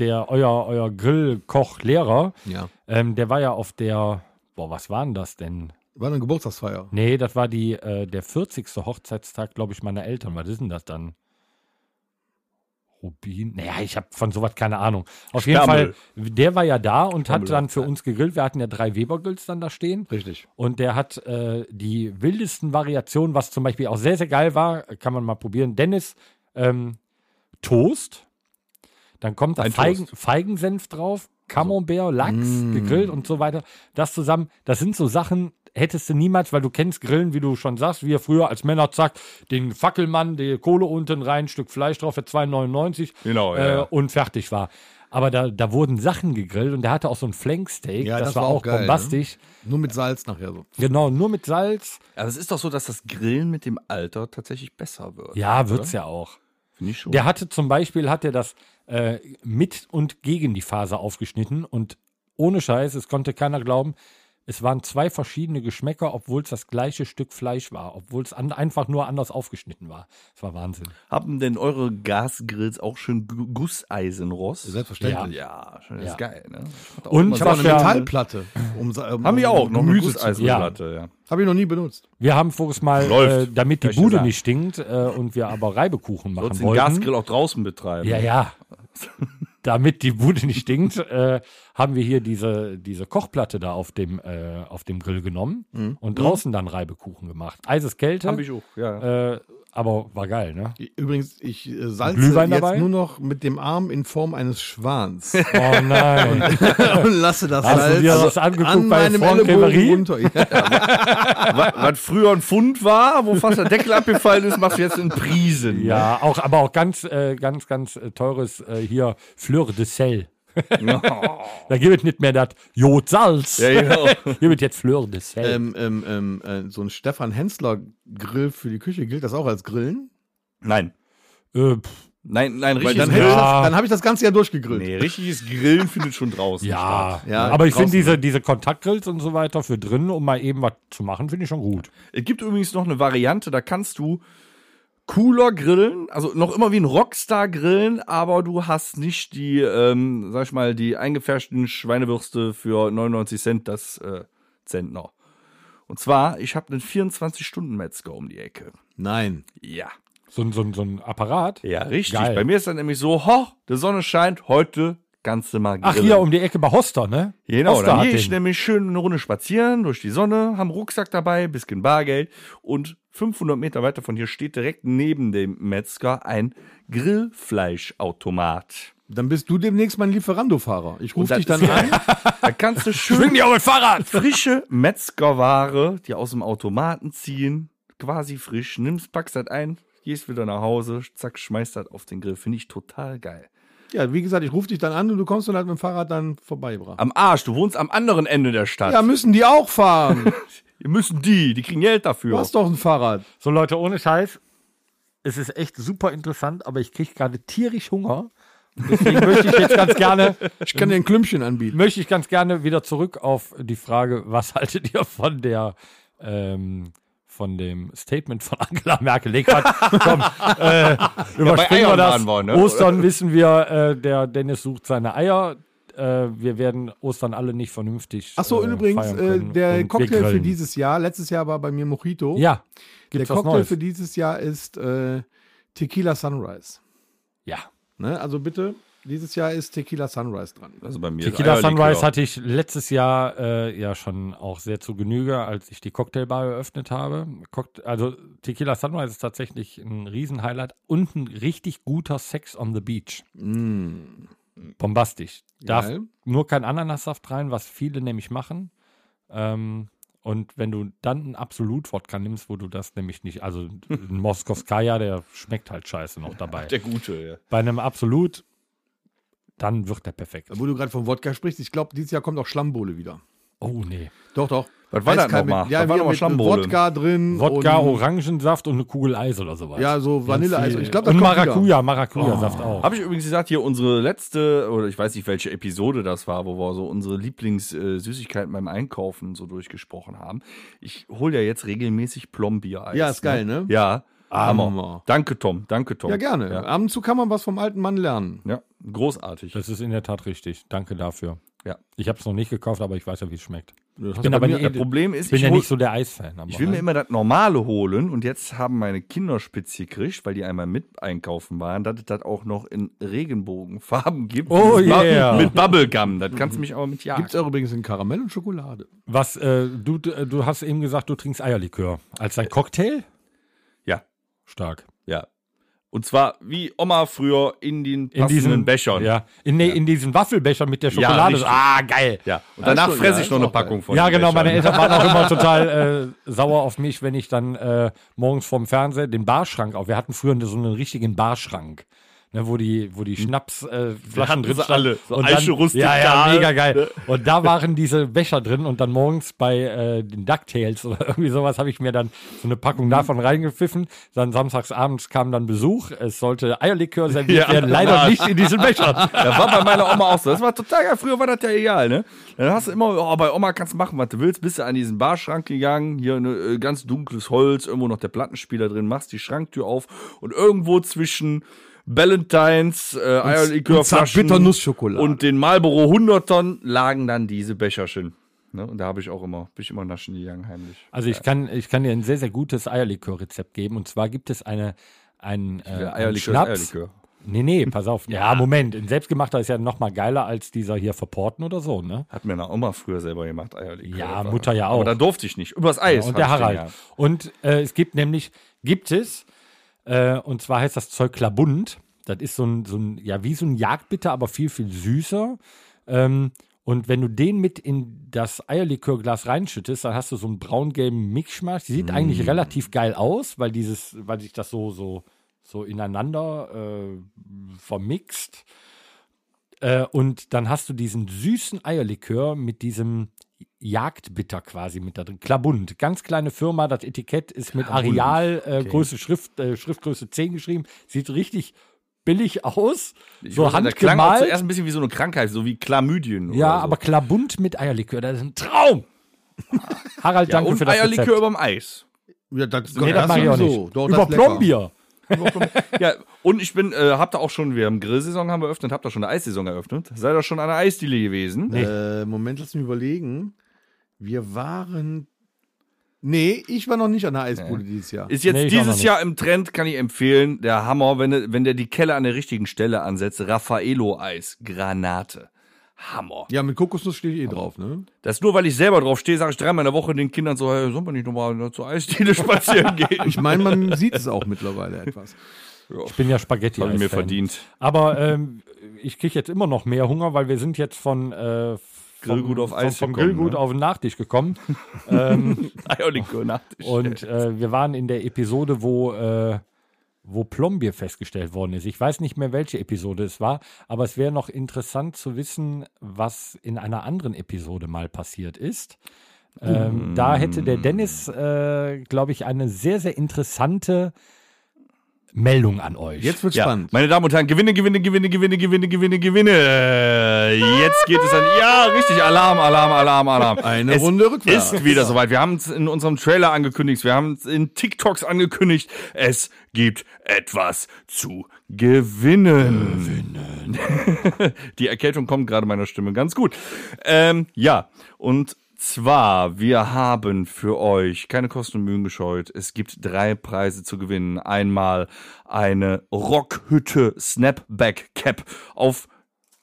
S1: der euer, euer Grillkochlehrer,
S2: rum. ja.
S1: ähm, der war ja auf der, boah, was war denn das denn?
S2: War eine Geburtstagsfeier.
S1: Nee, das war die, äh, der 40. Hochzeitstag, glaube ich, meiner Eltern. Was ist denn das dann? Rubin? Naja, ich habe von sowas keine Ahnung. Auf
S3: Sperrmüll.
S1: jeden Fall, der war ja da und hat dann für uns gegrillt. Wir hatten ja drei Weber-Grills dann da stehen.
S2: Richtig.
S1: Und der hat äh, die wildesten Variationen, was zum Beispiel auch sehr, sehr geil war, kann man mal probieren. Dennis, ähm, Toast, dann kommt da
S3: Ein
S1: Feigen,
S3: Toast.
S1: Feigensenf drauf, Camembert, Lachs, gegrillt und so weiter. Das zusammen, das sind so Sachen, hättest du niemals, weil du kennst Grillen, wie du schon sagst, wir früher als Männer, zack, den Fackelmann, die Kohle unten rein, Stück Fleisch drauf für 2,99
S3: Genau, ja,
S1: äh,
S3: ja.
S1: und fertig war. Aber da, da wurden Sachen gegrillt und der hatte auch so ein Flanksteak,
S2: Ja,
S1: das, war auch
S2: geil, ne?
S1: bombastisch.
S2: Nur mit Salz nachher so.
S1: Genau, nur mit Salz.
S3: Aber es ist doch so, dass das Grillen mit dem Alter tatsächlich besser wird.
S1: Ja, wird's ja auch.
S3: Finde ich schon.
S1: Der hatte zum Beispiel, hat er das äh, mit und gegen die Faser aufgeschnitten und ohne Scheiß, es konnte keiner glauben, es waren zwei verschiedene Geschmäcker, obwohl es das gleiche Stück Fleisch war, obwohl es an, einfach nur anders aufgeschnitten war. Es war Wahnsinn.
S3: Haben denn eure Gasgrills auch schön Gu- Gusseisenrost?
S2: Selbstverständlich.
S3: Ja, schon, das
S1: Ja.
S3: ist geil. Ne?
S1: Und
S3: immer
S1: ich
S2: Ich
S1: Was
S2: habe auch
S3: so-
S2: eine
S1: für-
S2: Metallplatte. Um, Sa- um,
S3: haben wir auch noch eine
S2: Gemüse zu
S3: Gusseisenplatte. Ja.
S2: Habe ich noch nie benutzt.
S1: Wir haben voriges Mal, äh,
S3: Läuft.
S1: damit die
S3: Hab ich
S1: Bude
S3: gesagt.
S1: nicht stinkt äh, und wir aber Reibekuchen machen
S3: Sollst den
S1: wollten.
S3: Gasgrill auch draußen betreiben.
S1: Ja, ja. <laughs> Damit die Bude nicht stinkt, äh, haben wir hier diese, diese Kochplatte da auf dem, äh, auf dem Grill genommen und draußen dann Reibekuchen gemacht. Eises Kälte,
S3: Hab ich auch, ja.
S1: äh, aber war geil, ne?
S2: Übrigens, ich äh, salze
S1: Glühwein
S2: jetzt
S1: dabei?
S2: nur noch mit dem Arm in Form eines
S1: <laughs>
S2: Schwans.
S1: Oh nein.
S2: und lasse das
S1: Hast du
S2: Salz
S1: dir das angeguckt
S2: an
S1: bei
S2: meinem
S1: Franck
S2: Ellenbogen
S1: Ribéry?
S2: runter.
S1: <laughs>
S2: Ja,
S3: was, was früher ein Pfund war, wo fast der Deckel <laughs> abgefallen ist, machst du jetzt in Prisen.
S1: ja, auch, aber auch ganz, äh, ganz, ganz äh, teures äh, hier Fleur de Sel. <laughs> da gibt es nicht mehr das Jodsalz.
S3: Ja, genau.
S1: Hier wird jetzt Fleur de Sel.
S2: ähm, ähm, ähm, äh, so ein Stefan Hensler Grill für die Küche gilt das auch als Grillen?
S3: Nein.
S1: äh, pff,
S3: Nein, nein,
S2: Weil
S3: richtiges
S2: dann, hätte ich
S1: Ja.
S2: das- dann habe ich das ganze Jahr durchgegrillt.
S3: Nee, richtiges Grillen findet schon draußen
S1: ja.
S3: statt.
S2: Ja,
S1: aber ich finde
S2: draußen.
S1: diese, diese Kontaktgrills und so weiter für drinnen, um mal eben was zu machen, finde ich schon gut.
S3: Es gibt übrigens noch eine Variante, da kannst du cooler grillen, also noch immer wie ein Rockstar grillen, aber du hast nicht die, ähm, sag ich mal, die eingefärschten Schweinewürste für 99 Cent, das äh, Zentner. Und zwar, ich habe einen 24-Stunden-Metzger um die Ecke.
S2: Nein.
S3: Ja.
S1: So, ein- so, ein- so ein Apparat.
S3: Ja, richtig.
S1: Geil.
S3: Bei mir ist dann nämlich so, ho, die Sonne scheint, heute kannst du mal grillen.
S1: Ach, hier um die Ecke bei Hoster, ne?
S3: Genau,
S1: Hoster
S3: dann
S1: hat
S3: gehe ich
S1: den.
S3: nämlich schön eine Runde spazieren durch die Sonne, haben Rucksack dabei, bisschen Bargeld und 500 Meter weiter von hier steht direkt neben dem Metzger ein Grillfleischautomat.
S2: Dann bist du demnächst mein Lieferando-Fahrer. Ich rufe
S3: Und
S2: dich
S3: <laughs> das-
S2: dann an.
S3: Da kannst du
S1: Schwing
S3: schön
S1: dich auf mein Fahrrad!
S3: frische Metzgerware, die aus dem Automaten ziehen, quasi frisch, nimmst, packst das ein, gehst wieder nach Hause, zack, schmeißt das auf den Grill. Finde ich total geil.
S2: Ja, wie gesagt, ich rufe dich dann an und du kommst dann halt mit dem Fahrrad dann vorbeigebracht.
S3: Am Arsch, du wohnst am anderen Ende der Stadt.
S2: Ja, müssen die
S1: <laughs>
S2: auch fahren.
S3: Ihr müssen die, die kriegen Geld dafür.
S2: Du hast doch ein Fahrrad.
S1: So Leute, ohne Scheiß, es ist echt super interessant, aber ich kriege gerade tierisch Hunger. Deswegen möchte ich jetzt ganz gerne,
S2: Ich kann dir ein Klümpchen anbieten.
S1: möchte ich ganz gerne wieder zurück auf die Frage, was haltet ihr von der, ähm, von dem Statement von <laughs> Angela Merkel? Nee, Quatsch. komm,
S3: <laughs>
S1: äh, überspringen wir
S3: Eiern
S1: das.
S3: waren wir, ne?
S1: Ostern wissen wir, äh, der Dennis sucht seine Eier. Äh, wir werden Ostern alle nicht vernünftig.
S2: Ach so,
S1: äh,
S2: übrigens,
S1: feiern
S2: äh,
S1: können und
S2: der
S1: wir
S2: Cocktail für
S1: grillen.
S2: dieses Jahr, letztes Jahr war bei mir Mojito.
S1: Ja,
S2: der
S1: gibt's was
S2: Cocktail
S1: Neues?
S2: für dieses Jahr ist äh, Tequila Sunrise.
S1: ja.
S2: Ne? Also bitte, dieses Jahr ist Tequila Sunrise dran.
S3: Also bei mir
S1: Tequila
S3: ist Eierlikör.
S1: Sunrise hatte ich letztes Jahr äh, ja schon auch sehr zu Genüge, als ich die Cocktailbar eröffnet habe. Cockt also Tequila Sunrise ist tatsächlich ein Riesenhighlight und ein richtig guter Sex on the Beach. Bombastisch. Darf
S2: Geil.
S1: nur kein Ananassaft rein, was viele nämlich machen. Ähm, und wenn du dann einen Absolut-Wodka nimmst, wo du das nämlich nicht, also ein Moskowskaja, der schmeckt halt scheiße noch dabei.
S3: <laughs> Der gute, ja.
S1: Bei einem Absolut, dann wird der perfekt.
S2: Wo du gerade vom Wodka sprichst, ich glaube, dieses Jahr kommt auch Schlammbole wieder.
S1: Oh nee.
S2: Doch, doch.
S3: Was war das
S2: Eiskalt
S3: nochmal?
S2: mit, ja,
S3: das war
S2: wir
S3: nochmal
S2: mit
S3: Schlammbrudel.
S2: Wodka drin.
S1: Wodka,
S2: und,
S1: Orangensaft und eine Kugel Eis oder sowas.
S2: Ja, so Vanilleeis. Ich glaube, das
S1: und
S2: kommt wieder.
S1: Maracuja, Maracuja-Saft auch.
S3: Habe ich übrigens gesagt, hier unsere letzte, oder ich weiß nicht, welche Episode das war, wo wir so unsere Lieblingssüßigkeiten beim Einkaufen so durchgesprochen haben. Ich hole ja jetzt regelmäßig Plombier-Eis.
S2: Ja, ist geil, ne?
S3: Ja. Hammer.
S2: Hammer.
S3: Danke, Tom. Danke, Tom.
S2: Ja, gerne.
S3: Ja,
S2: Ab und zu kann man was vom alten Mann lernen.
S3: ja. großartig.
S1: Das ist in der Tat richtig. Danke dafür.
S3: Ja.
S1: Ich habe es noch nicht gekauft, aber ich weiß ja, wie es schmeckt. Ich
S2: hast
S1: bin
S2: bei
S1: aber
S2: mir-
S1: nie,
S3: das Problem ist,
S1: ich bin ja
S3: hol-
S1: nicht so der Eisfan. aber
S3: Ich will mir immer das Normale holen und jetzt haben meine Kinder spitz gekriegt, weil die einmal mit einkaufen waren, dass es das auch noch in Regenbogenfarben gibt.
S1: Oh
S3: mit Bub-
S1: yeah.
S3: Mit Bubblegum. Das kannst du mich aber mit jagen.
S2: Gibt's auch übrigens in Karamell und Schokolade.
S1: Was, äh, du, du hast eben gesagt, du trinkst Eierlikör. Als dein Cocktail?
S3: Ja,
S1: Stark.
S3: ja. Und zwar wie Oma früher in den
S1: In
S3: passenden
S1: diesen
S3: Bechern.
S1: Ja. In, nee, in diesen Waffelbecher mit der
S3: Ja,
S1: Schokolade.
S3: richtig.
S1: ah, geil.
S3: ja. Und danach
S2: Ach so,
S3: fresse
S2: ja,
S3: ich
S2: ist
S3: noch eine
S2: auch geil.
S3: Packung von
S1: ja,
S3: den
S1: genau. Meine
S3: Bechern.
S1: Eltern waren auch
S3: <laughs>
S1: immer total äh, sauer auf mich, wenn ich dann äh, morgens vorm Fernseher den Barschrank auf. Wir hatten früher so einen richtigen Barschrank. Ne, wo die, wo die Schnapsflaschen äh, Flaschen
S3: hatten
S1: drin
S3: sie
S1: standen.
S3: alle. So
S1: und
S3: Eiche
S1: dann,
S3: Rustik
S1: ja, ja,
S3: Dahl.
S1: mega geil. Und da waren diese Becher drin und dann morgens bei äh, den DuckTales oder <laughs> irgendwie sowas habe ich mir dann so eine Packung
S3: Mhm.
S1: davon reingepfiffen. Dann samstags abends kam dann Besuch. Es sollte Eierlikör
S3: <laughs>
S1: serviert
S3: Ja.
S1: werden. Leider nicht in diesen Bechern.
S3: <laughs> Das war bei meiner Oma auch so. Das war total geil. Früher war das ja egal, ne? Dann hast du immer, oh, bei Oma kannst du machen, was du willst. Bist du an diesen Barschrank gegangen, hier ein äh, ganz dunkles Holz, irgendwo noch der Plattenspieler drin, machst die Schranktür auf und irgendwo zwischen Valentines, äh, Eierlikörflaschen
S2: und Zartbitternuss-Schokolade.
S3: und den Marlboro 100ern lagen dann diese Becherchen. Ne? Und da habe ich auch immer, bin ich immer naschen gegangen heimlich.
S1: Also ich kann, ich kann dir ein sehr, sehr gutes Eierlikör-Rezept geben. Und zwar gibt es eine, ein, äh,
S3: Der
S1: einen
S3: Eierlikör
S1: Schnaps.
S3: ist Eierlikör.
S1: Nee, nee, pass
S3: <laughs>
S1: auf. Ja, Moment. Ein selbstgemachter ist ja noch mal geiler als dieser hier verporten oder so, ne?
S3: Hat mir meine Oma früher selber gemacht, Eierlikör.
S1: Ja, Mutter ja auch.
S3: Aber da durfte ich nicht. Übers Eis.
S1: und
S3: hab
S1: der
S3: ich den
S1: Harald.
S3: gehabt.
S1: Und äh, es gibt nämlich, gibt es, äh, und zwar heißt das Zeug Klabund. Das ist so ein, so ein, ja, wie so ein Jagdbitter, aber viel, viel süßer. Ähm, und wenn du den mit in das Eierlikörglas reinschüttest, dann hast du so einen braun-gelben Mischmasch. Die sieht
S3: Mm.
S1: eigentlich relativ geil aus, weil dieses, weil sich das so, so, so ineinander äh, vermixt. Äh, und dann hast du diesen süßen Eierlikör mit diesem Jagdbitter quasi mit da drin. Klabund, ganz kleine Firma, das Etikett ist mit Areal, äh, Größe Schrift, äh, Schriftgröße 10 geschrieben. Sieht richtig billig aus.
S3: Ich
S1: so
S3: weiß nicht, der klang auch
S1: handgemalt.
S3: zuerst ein bisschen wie so eine Krankheit, so wie Chlamydien.
S1: Ja,
S3: oder so.
S1: aber Klabund mit Eierlikör, das ist ein Traum. Harald,
S3: ja,
S1: danke
S3: und
S1: für das
S3: Eierlikör
S1: Rezept.
S3: überm Eis.
S2: Ja, das,
S1: Nee, das,
S2: das
S1: mach ich auch
S2: sowieso.
S1: nicht.
S2: Doch, das
S1: Über
S2: ist lecker.
S1: Plombier.
S3: ja, und ich bin, äh, hab da auch schon, wir haben Grillsaison haben wir eröffnet, hab da schon eine Eissaison eröffnet. Sei da schon an der Eisdiele gewesen.
S2: Äh, Moment, lass mich überlegen. Wir waren. Nee, ich war noch nicht an der Eisbude dieses Jahr.
S3: Ist jetzt
S1: Nee, ich auch noch
S3: dieses
S1: nicht.
S3: Jahr im Trend, kann ich empfehlen, der Hammer, wenn, du- wenn der die Kelle an der richtigen Stelle ansetzt. Raffaello-Eis, Granate. Hammer.
S2: ja, mit Kokosnuss stehe ich eh drauf, ne?
S3: Das nur, weil ich selber drauf stehe, sage ich dreimal in der Woche den Kindern so, hey, sollen wir nicht nochmal zur Eisdiele <laughs> spazieren gehen?
S2: Ich
S1: <laughs>
S2: meine, man sieht es auch mittlerweile etwas.
S1: Ich bin ja spaghetti
S3: Hab ich mir verdient.
S1: Aber ähm, ich kriege jetzt immer noch mehr Hunger, weil wir sind jetzt von äh, vom,
S3: Grillgut auf Eis
S1: vom, vom
S3: gekommen,
S1: Grillgut
S3: ne?
S1: auf den Nachtisch
S3: <laughs>
S1: gekommen. ähm,
S3: Eierlikör Nachtisch.
S1: und äh, wir waren in der Episode, wo, äh, wo Plombier festgestellt worden ist. Ich weiß nicht mehr, welche Episode es war, aber es wäre noch interessant zu wissen, was in einer anderen Episode mal passiert ist. Ähm, Da hätte der Dennis, äh, glaube ich, eine sehr, sehr interessante Meldung an euch.
S2: Jetzt wird
S3: Ja,
S2: spannend.
S3: meine Damen und Herren, Gewinne, Gewinne, Gewinne, Gewinne, Gewinne, Gewinne, Gewinne. Jetzt geht es an. Ja, richtig. Alarm, Alarm, Alarm, Alarm.
S2: Eine
S3: es
S2: Runde rückwärts.
S3: Ist wieder soweit. Wir haben es in unserem Trailer angekündigt. Wir haben es in TikToks angekündigt. Es gibt etwas zu gewinnen. <laughs> Die Erkältung kommt gerade meiner Stimme ganz gut. Ähm, ja, und zwar, wir haben für euch keine Kosten und Mühen gescheut. Es gibt drei Preise zu gewinnen. Einmal eine Rockhütte Snapback Cap. Auf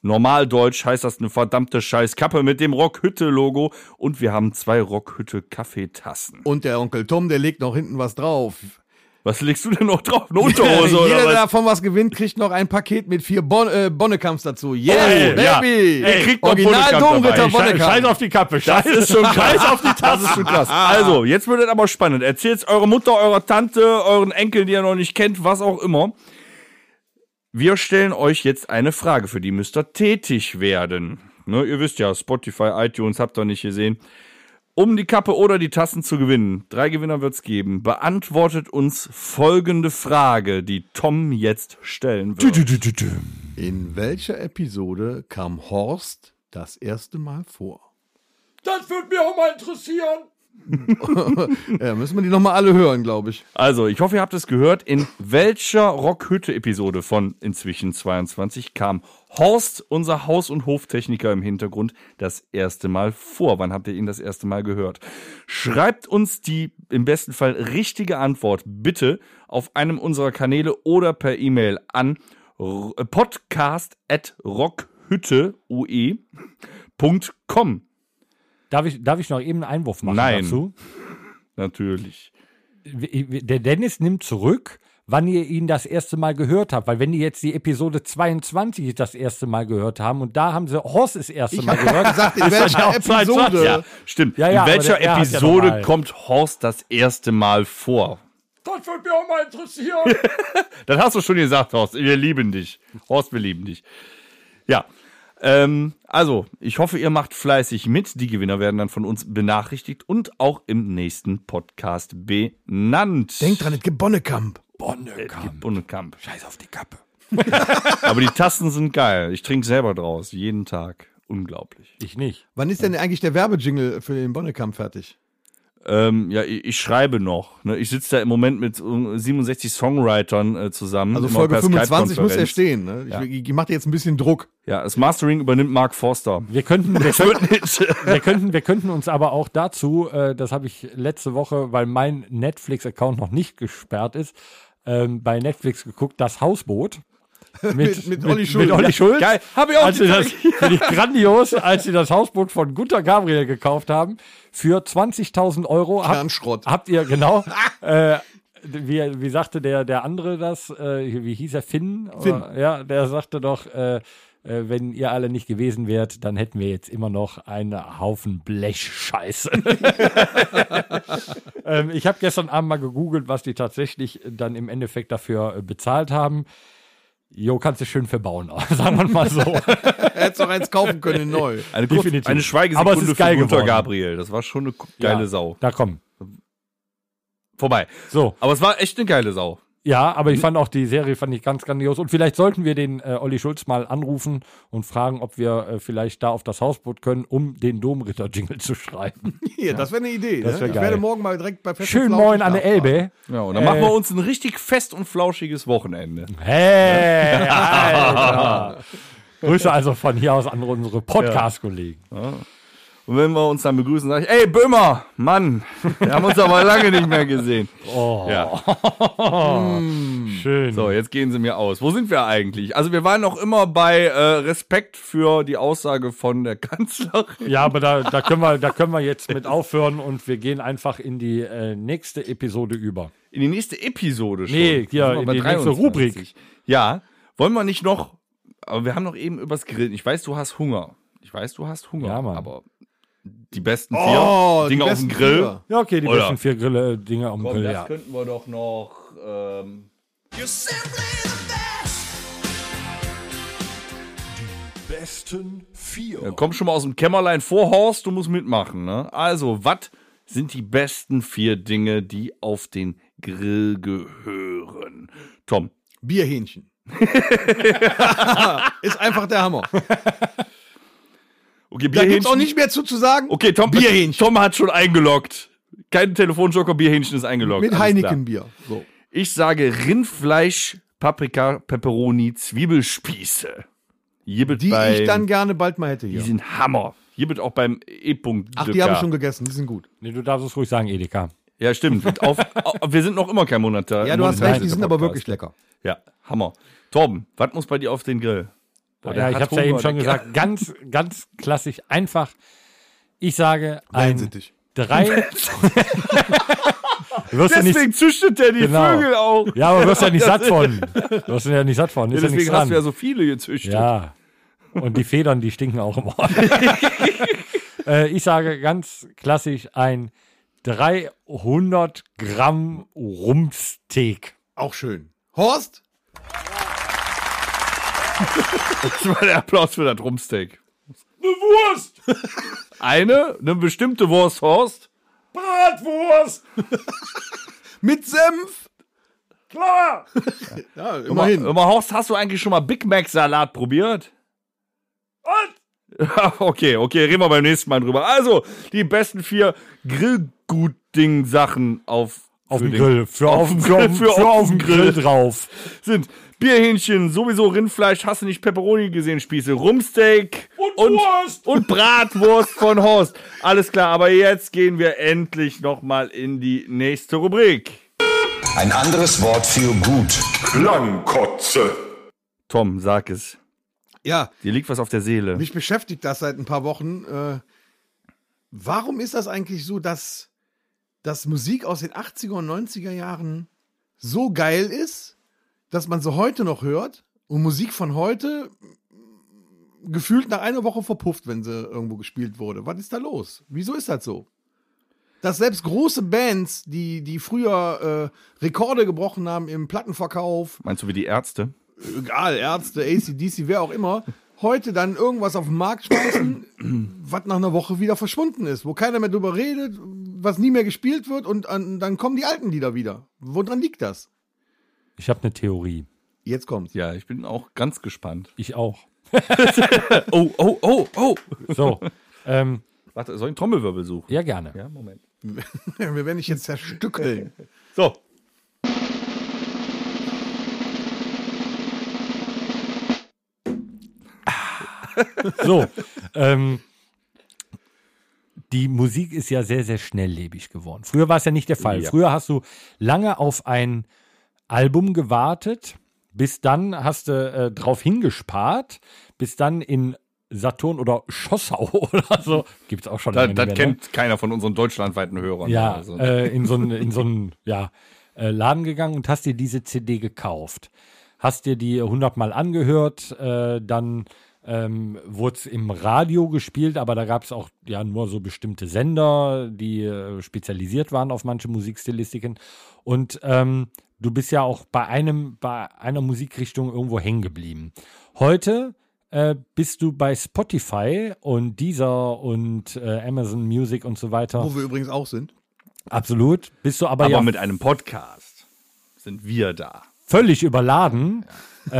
S3: Normaldeutsch heißt das eine verdammte Scheißkappe mit dem Rockhütte-Logo. Und wir haben zwei Rockhütte-Kaffeetassen.
S2: Und der Onkel Tom, der legt noch hinten was drauf.
S3: Was legst du denn noch drauf? Eine Unterhose oder
S2: Jeder,
S3: was?
S2: der davon was gewinnt, kriegt noch ein Paket mit vier bon äh, Bonnekamps dazu. Yeah,
S3: Oh, ja.
S2: baby!
S3: Ihr kriegt noch
S2: Original
S3: Bonnekamp
S2: Domritter
S3: dabei.
S2: Bonnekamp.
S1: auf die Kappe.
S3: Das ist schon krass auf die Tasse. Das ist schon krass. Also, jetzt wird es aber spannend. Erzählt's eurer Mutter, eurer Tante, euren Enkel, die ihr noch nicht kennt, was auch immer. Wir stellen euch jetzt eine Frage, für die müsst ihr tätig werden. Ne, ihr wisst ja, Spotify, iTunes habt ihr nicht gesehen. Um die Kappe oder die Tassen zu gewinnen, drei Gewinner wird's geben, beantwortet uns folgende Frage, die Tom jetzt stellen wird.
S2: In welcher Episode kam Horst das erste Mal vor?
S4: Das würde mich auch mal interessieren.
S2: Ja, müssen wir die nochmal alle hören, glaube ich.
S3: Also, ich hoffe, ihr habt es gehört. In welcher Rockhütte-Episode von inzwischen 22 kam Horst, unser Haus- und Hoftechniker im Hintergrund, das erste Mal vor? Wann habt ihr ihn das erste Mal gehört? Schreibt uns die im besten Fall richtige Antwort bitte auf einem unserer Kanäle oder per E-Mail an e podcast.rockhütte.com.
S1: Darf ich, darf ich noch eben einen Einwurf machen
S3: Nein.
S1: dazu?
S3: Natürlich.
S1: Der Dennis nimmt zurück, wann ihr ihn das erste Mal gehört habt. Weil wenn ihr jetzt die Episode 22 das erste Mal gehört haben und da haben sie Horst das erste Mal gehört.
S2: Sagt, in welcher Episode?
S3: Ja, stimmt.
S1: Ja, ja,
S3: In
S1: aber
S3: welcher
S1: der- er hat ja
S3: Episode
S1: noch mal.
S3: kommt Horst das erste Mal vor?
S4: Das würde mich auch mal interessieren.
S3: <laughs> Das hast du schon gesagt, Horst. Wir lieben dich. Horst, wir lieben dich. Ja. Ähm, also, ich hoffe, ihr macht fleißig mit. Die Gewinner werden dann von uns benachrichtigt und auch im nächsten Podcast benannt. Äh,
S2: Denk dran, es gibt Bonnekamp.
S1: Bonnekamp.
S3: Und Kamp.
S1: Scheiß auf die Kappe.
S3: <laughs> Aber die Tassen sind geil. Ich trinke selber draus. Jeden Tag. Unglaublich.
S1: Ich nicht.
S2: Wann ist denn eigentlich der Werbejingle für den Bonnekamp fertig?
S3: Ähm, ja, ich, ich schreibe noch. Ne? Ich sitze da im Moment mit so 67 Songwritern äh, zusammen.
S1: Hm,
S2: Also
S3: Immer
S2: Folge
S3: per
S2: 25 muss er
S3: Skype-Konferenz.
S2: stehen. Ne? Ich, ich mache dir jetzt ein bisschen <laughs> Druck.
S3: Ja, das Mastering übernimmt Mark Forster.
S1: Wir könnten, wir, könnten,
S3: Nicht.
S1: wir, könnten, wir könnten uns aber auch dazu, äh, das habe ich letzte Woche, weil mein Netflix-Account noch nicht gesperrt ist, ähm, bei Netflix geguckt, das Hausboot.
S2: Mit- mit Olli Schulz.
S1: Mit Olli Schulz.
S3: Geil. Hab ich auch
S1: als sie das, finde ich grandios, als sie das Hausboot von Gunter Gabriel gekauft haben, für 20.000 Euro. hab-
S2: Kernschrott.
S1: Habt ihr,
S3: <laughs>
S1: genau, äh, wie, wie sagte der, der andere das, äh, hier, wie hieß er, Finn? Oder, ja, der sagte doch, äh, äh, wenn ihr alle nicht gewesen wärt, dann hätten wir jetzt immer noch einen Haufen
S3: <laughs>
S1: Blechscheiße. ähm, ich habe gestern Abend mal gegoogelt, was die tatsächlich dann im Endeffekt dafür äh, bezahlt haben. Jo, kannst du schön verbauen, <laughs> sagen wir mal so.
S2: Er hätte doch eins kaufen können, neu.
S3: Eine, kurz,
S1: Definitiv.
S3: eine Schweigesekunde
S1: Aber es ist geil
S3: für Gunter
S1: geworden.
S3: Gabriel. Das war schon eine k- geile
S1: Ja,
S3: Sau.
S1: Da komm.
S3: Vorbei.
S1: So.
S3: Aber es war echt eine geile Sau.
S1: Ja, aber ich fand auch die Serie fand ich ganz grandios und vielleicht sollten wir den äh, Olli Schulz mal anrufen und fragen, ob wir äh, vielleicht da auf das Hausboot können, um den Domritter Jingle zu schreiben.
S2: Hier, das wäre eine Idee.
S1: Das
S2: ne?
S1: wär
S2: Ich
S1: geil.
S2: werde morgen mal direkt bei Fest und
S1: Schön
S2: Flauschig
S1: moin an der
S2: nachfragen.
S1: Elbe.
S3: Ja, und dann
S1: Äh.
S3: machen wir uns ein richtig fest und flauschiges Wochenende.
S1: Hey, Alter. Grüße also von hier aus an unsere Podcast Kollegen.
S3: Und wenn wir uns dann begrüßen, sage ich, ey Böhmer, Mann, wir haben uns aber lange nicht mehr gesehen.
S1: Oh,
S3: Ja.
S1: schön.
S3: So, jetzt gehen sie mir aus. Wo sind wir eigentlich? Also wir waren noch immer bei äh, Respekt für die Aussage von der <laughs> Kanzlerin.
S1: Ja, aber da, da können wir da können wir jetzt mit aufhören und wir gehen einfach in die äh, nächste Episode über.
S3: In die nächste Episode schon.
S1: Nee,
S3: Da
S1: ja,
S3: sind wir
S1: in
S3: bei
S1: die nächste
S3: 23.
S1: Rubrik.
S3: Ja, wollen wir nicht noch, aber wir haben noch eben übers Grillen. Ich weiß, du hast Hunger. Ich weiß, du hast Hunger.
S1: Ja, Mann.
S3: Aber die besten vier
S2: Oh, die
S3: Dinge auf
S2: besten
S3: dem Grill.
S2: vier.
S1: Ja, okay, die
S3: Oder-
S1: besten vier Grille Dinge am
S3: Komm,
S1: Grill.
S3: das
S1: Ja.
S3: könnten wir doch noch. Ähm,
S4: Besten vier.
S3: ja, komm schon mal aus dem Kämmerlein vor, Horst, du musst mitmachen. Ne? Also, was sind die besten vier Dinge, die auf den Grill gehören? Tom.
S2: Bierhähnchen. <laughs> ist einfach
S1: <laughs>
S2: der Hammer.
S3: Okay,
S2: Da gibt's
S3: Bierhähnchen-
S2: auch nicht mehr zu, zu sagen.
S3: Okay, Tom,
S2: Bierhähnchen.
S3: Tom hat schon eingeloggt. Kein Telefonjoker, Bierhähnchen ist eingeloggt.
S2: Mit
S3: alles klar.
S2: Heineken-Bier. So.
S3: Ich sage Rindfleisch, Paprika, Peperoni, Zwiebelspieße. Jibbet
S2: Die
S3: beim,
S2: ich dann gerne bald mal hätte
S3: Die
S2: hier.
S3: sind Hammer. Jibbet auch beim E-Punkt.
S2: Ach, die habe ich schon gegessen. Die sind gut.
S1: Nee, du darfst es ruhig sagen, Edeka.
S3: Ja, stimmt. Auf, auf, wir sind noch immer kein Monat da.
S2: Ja, du hast
S3: Monat-
S2: recht. Die sind aber wirklich
S3: Podcast.
S2: lecker.
S3: Ja, Hammer. Torben, was muss bei dir auf den Grill? Boah, der
S1: ja, ich
S3: hat
S1: habe ja eben
S3: Hunger,
S1: schon
S3: der-
S1: gesagt, ganz, ganz klassisch, einfach. Ich sage ein
S2: Weinsittich.
S3: <laughs>
S1: drei. Du wirst ja nicht,
S3: Deswegen züchtet der die
S1: Genau.
S3: Vögel auch.
S1: ja, aber du wirst ja nicht satt von. Du wirst ja nicht satt von. Ist ja nichts
S3: Deswegen hast
S1: dran.
S3: du ja so viele gezüchtet.
S1: ja. Und die Federn, die stinken auch im
S3: <laughs>
S1: Ort. äh, ich sage ganz klassisch ein 300 Gramm Rumpsteak.
S2: Auch schön. Horst?
S3: Das war der Applaus für das Rumsteak.
S4: Eine Wurst!
S3: Eine, eine bestimmte Wurst, Horst.
S4: Bratwurst!
S2: Mit Senf!
S4: Klar!
S2: Ja,
S3: Hör mal, Horst, hast du eigentlich schon mal Big Mac Salat probiert?
S4: Und
S3: <laughs> okay, okay, reden wir beim nächsten Mal drüber. Also, die besten vier Grillgutding-Sachen auf,
S1: Auf
S3: für
S1: dem Grill. Für auf dem
S3: Grill,
S1: Grill.
S3: für
S1: Für
S3: auf
S1: auf
S3: dem
S1: dem
S3: Grill.
S1: Grill drauf.
S3: sind Bierhähnchen, sowieso Rindfleisch, hast du nicht Pepperoni gesehen, Spieße, Rumsteak
S4: Und Wurst.
S3: und Bratwurst von Horst. Alles klar, aber jetzt gehen wir endlich nochmal in die nächste Rubrik.
S5: Ein anderes Wort für gut.
S4: Klangkotze.
S3: Tom, sag es.
S2: ja,
S3: Dir liegt was auf der Seele.
S2: mich beschäftigt das seit ein paar Wochen. Äh, warum ist das eigentlich so, dass, dass Musik aus den 80er und 90er Jahren so geil ist, dass man sie heute noch hört und Musik von heute gefühlt nach einer Woche verpufft, wenn sie irgendwo gespielt wurde? Was ist da los? Wieso ist das so? Dass selbst große Bands, die, die früher äh, Rekorde gebrochen haben im Plattenverkauf,
S3: Meinst du wie die Ärzte?
S2: egal, Ärzte, ACDC, wer auch immer, heute dann irgendwas auf den Markt schmeißen, was nach einer Woche wieder verschwunden ist, wo keiner mehr drüber redet, was nie mehr gespielt wird und an, dann kommen die alten Lieder wieder. Woran liegt das?
S1: Ich habe eine Theorie.
S2: Jetzt kommt's.
S3: Ja, ich bin auch ganz gespannt.
S1: Ich auch.
S3: Oh, oh, oh, oh. <laughs>
S1: So. ähm,
S3: Warte, soll ich einen Trommelwirbel suchen?
S1: ja, gerne.
S3: Ja, Moment.
S2: <laughs> Wir werden dich jetzt zerstückeln.
S3: So.
S1: So. ähm, die Musik ist ja sehr, sehr schnelllebig geworden. Früher war es ja nicht der Fall.
S3: Ja.
S1: Früher hast du lange auf ein Album gewartet, bis dann hast du äh, drauf hingespart, bis dann in Saturn oder Schossau <laughs> oder so. Gibt es auch schon.
S3: Das,
S1: lange nicht
S3: das
S1: mehr, ne?
S3: kennt keiner von unseren deutschlandweiten Hörern.
S1: Ja,
S3: Also.
S1: äh, in so einen in so einen, ja, äh, Laden gegangen und hast dir diese CD gekauft. Hast dir die 100 Mal angehört, äh, dann ähm, wurde es im Radio gespielt, aber da gab es auch ja nur so bestimmte Sender, die äh, spezialisiert waren auf manche Musikstilistiken. Und ähm, du bist ja auch bei einem, bei einer Musikrichtung irgendwo hängen geblieben. Heute äh, bist du bei Spotify und Deezer und äh, Amazon Music und so weiter.
S2: Wo wir übrigens auch sind.
S1: Absolut. Bist du aber,
S3: Aber
S1: ja
S3: mit einem Podcast sind wir da.
S1: völlig überladen, äh,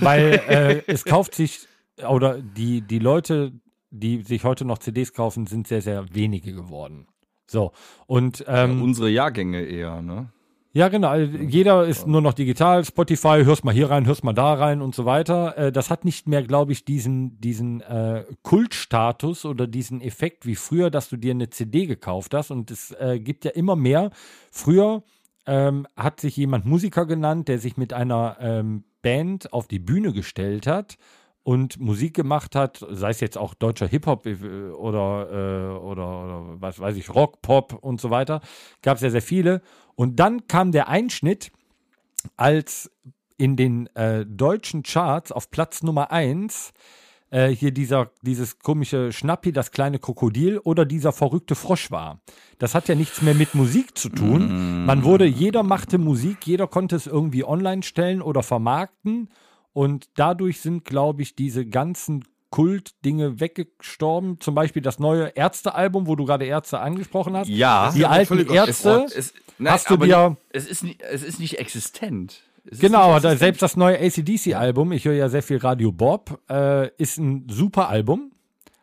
S1: weil äh, es kauft sich, oder die, die Leute, die sich heute noch CDs kaufen, sind sehr, sehr wenige geworden. So, und ähm,
S3: Unsere Jahrgänge eher, ne?
S1: Ja, genau. Jeder ist nur noch digital. Spotify, hörst mal hier rein, hörst mal da rein und so weiter. Äh, Das hat nicht mehr, glaube ich, diesen, diesen äh, Kultstatus oder diesen Effekt wie früher, dass du dir eine CD gekauft hast. Und es äh, gibt ja immer mehr. Früher ähm, hat sich jemand Musiker genannt, der sich mit einer ähm, Band auf die Bühne gestellt hat und Musik gemacht hat, sei es jetzt auch deutscher Hip-Hop äh, oder, äh, oder, oder was weiß ich, Rock, Pop und so weiter, gab es ja sehr viele. Und dann kam der Einschnitt, als in den äh, deutschen Charts auf Platz Nummer 1 äh, hier dieser, dieses komische Schnappi, das kleine Krokodil oder dieser verrückte Frosch war. Das hat ja nichts mehr mit Musik zu tun. Man wurde, jeder machte Musik, jeder konnte es irgendwie online stellen oder vermarkten. Und dadurch sind, glaube ich, diese ganzen Kultdinge weggestorben. Zum Beispiel das neue Ärzte-Album, wo du gerade Ärzte angesprochen hast.
S3: Ja.
S1: Die alten
S2: völlig
S1: Ärzte.
S3: nein,
S1: Hast du
S3: aber
S1: dir-
S3: Es ist, nicht- es ist nicht existent. Es ist
S1: Genau,
S3: nicht
S1: da,
S3: existent.
S1: selbst das neue ACDC-Album, ich höre ja sehr viel Radio Bob, äh, ist ein super Album,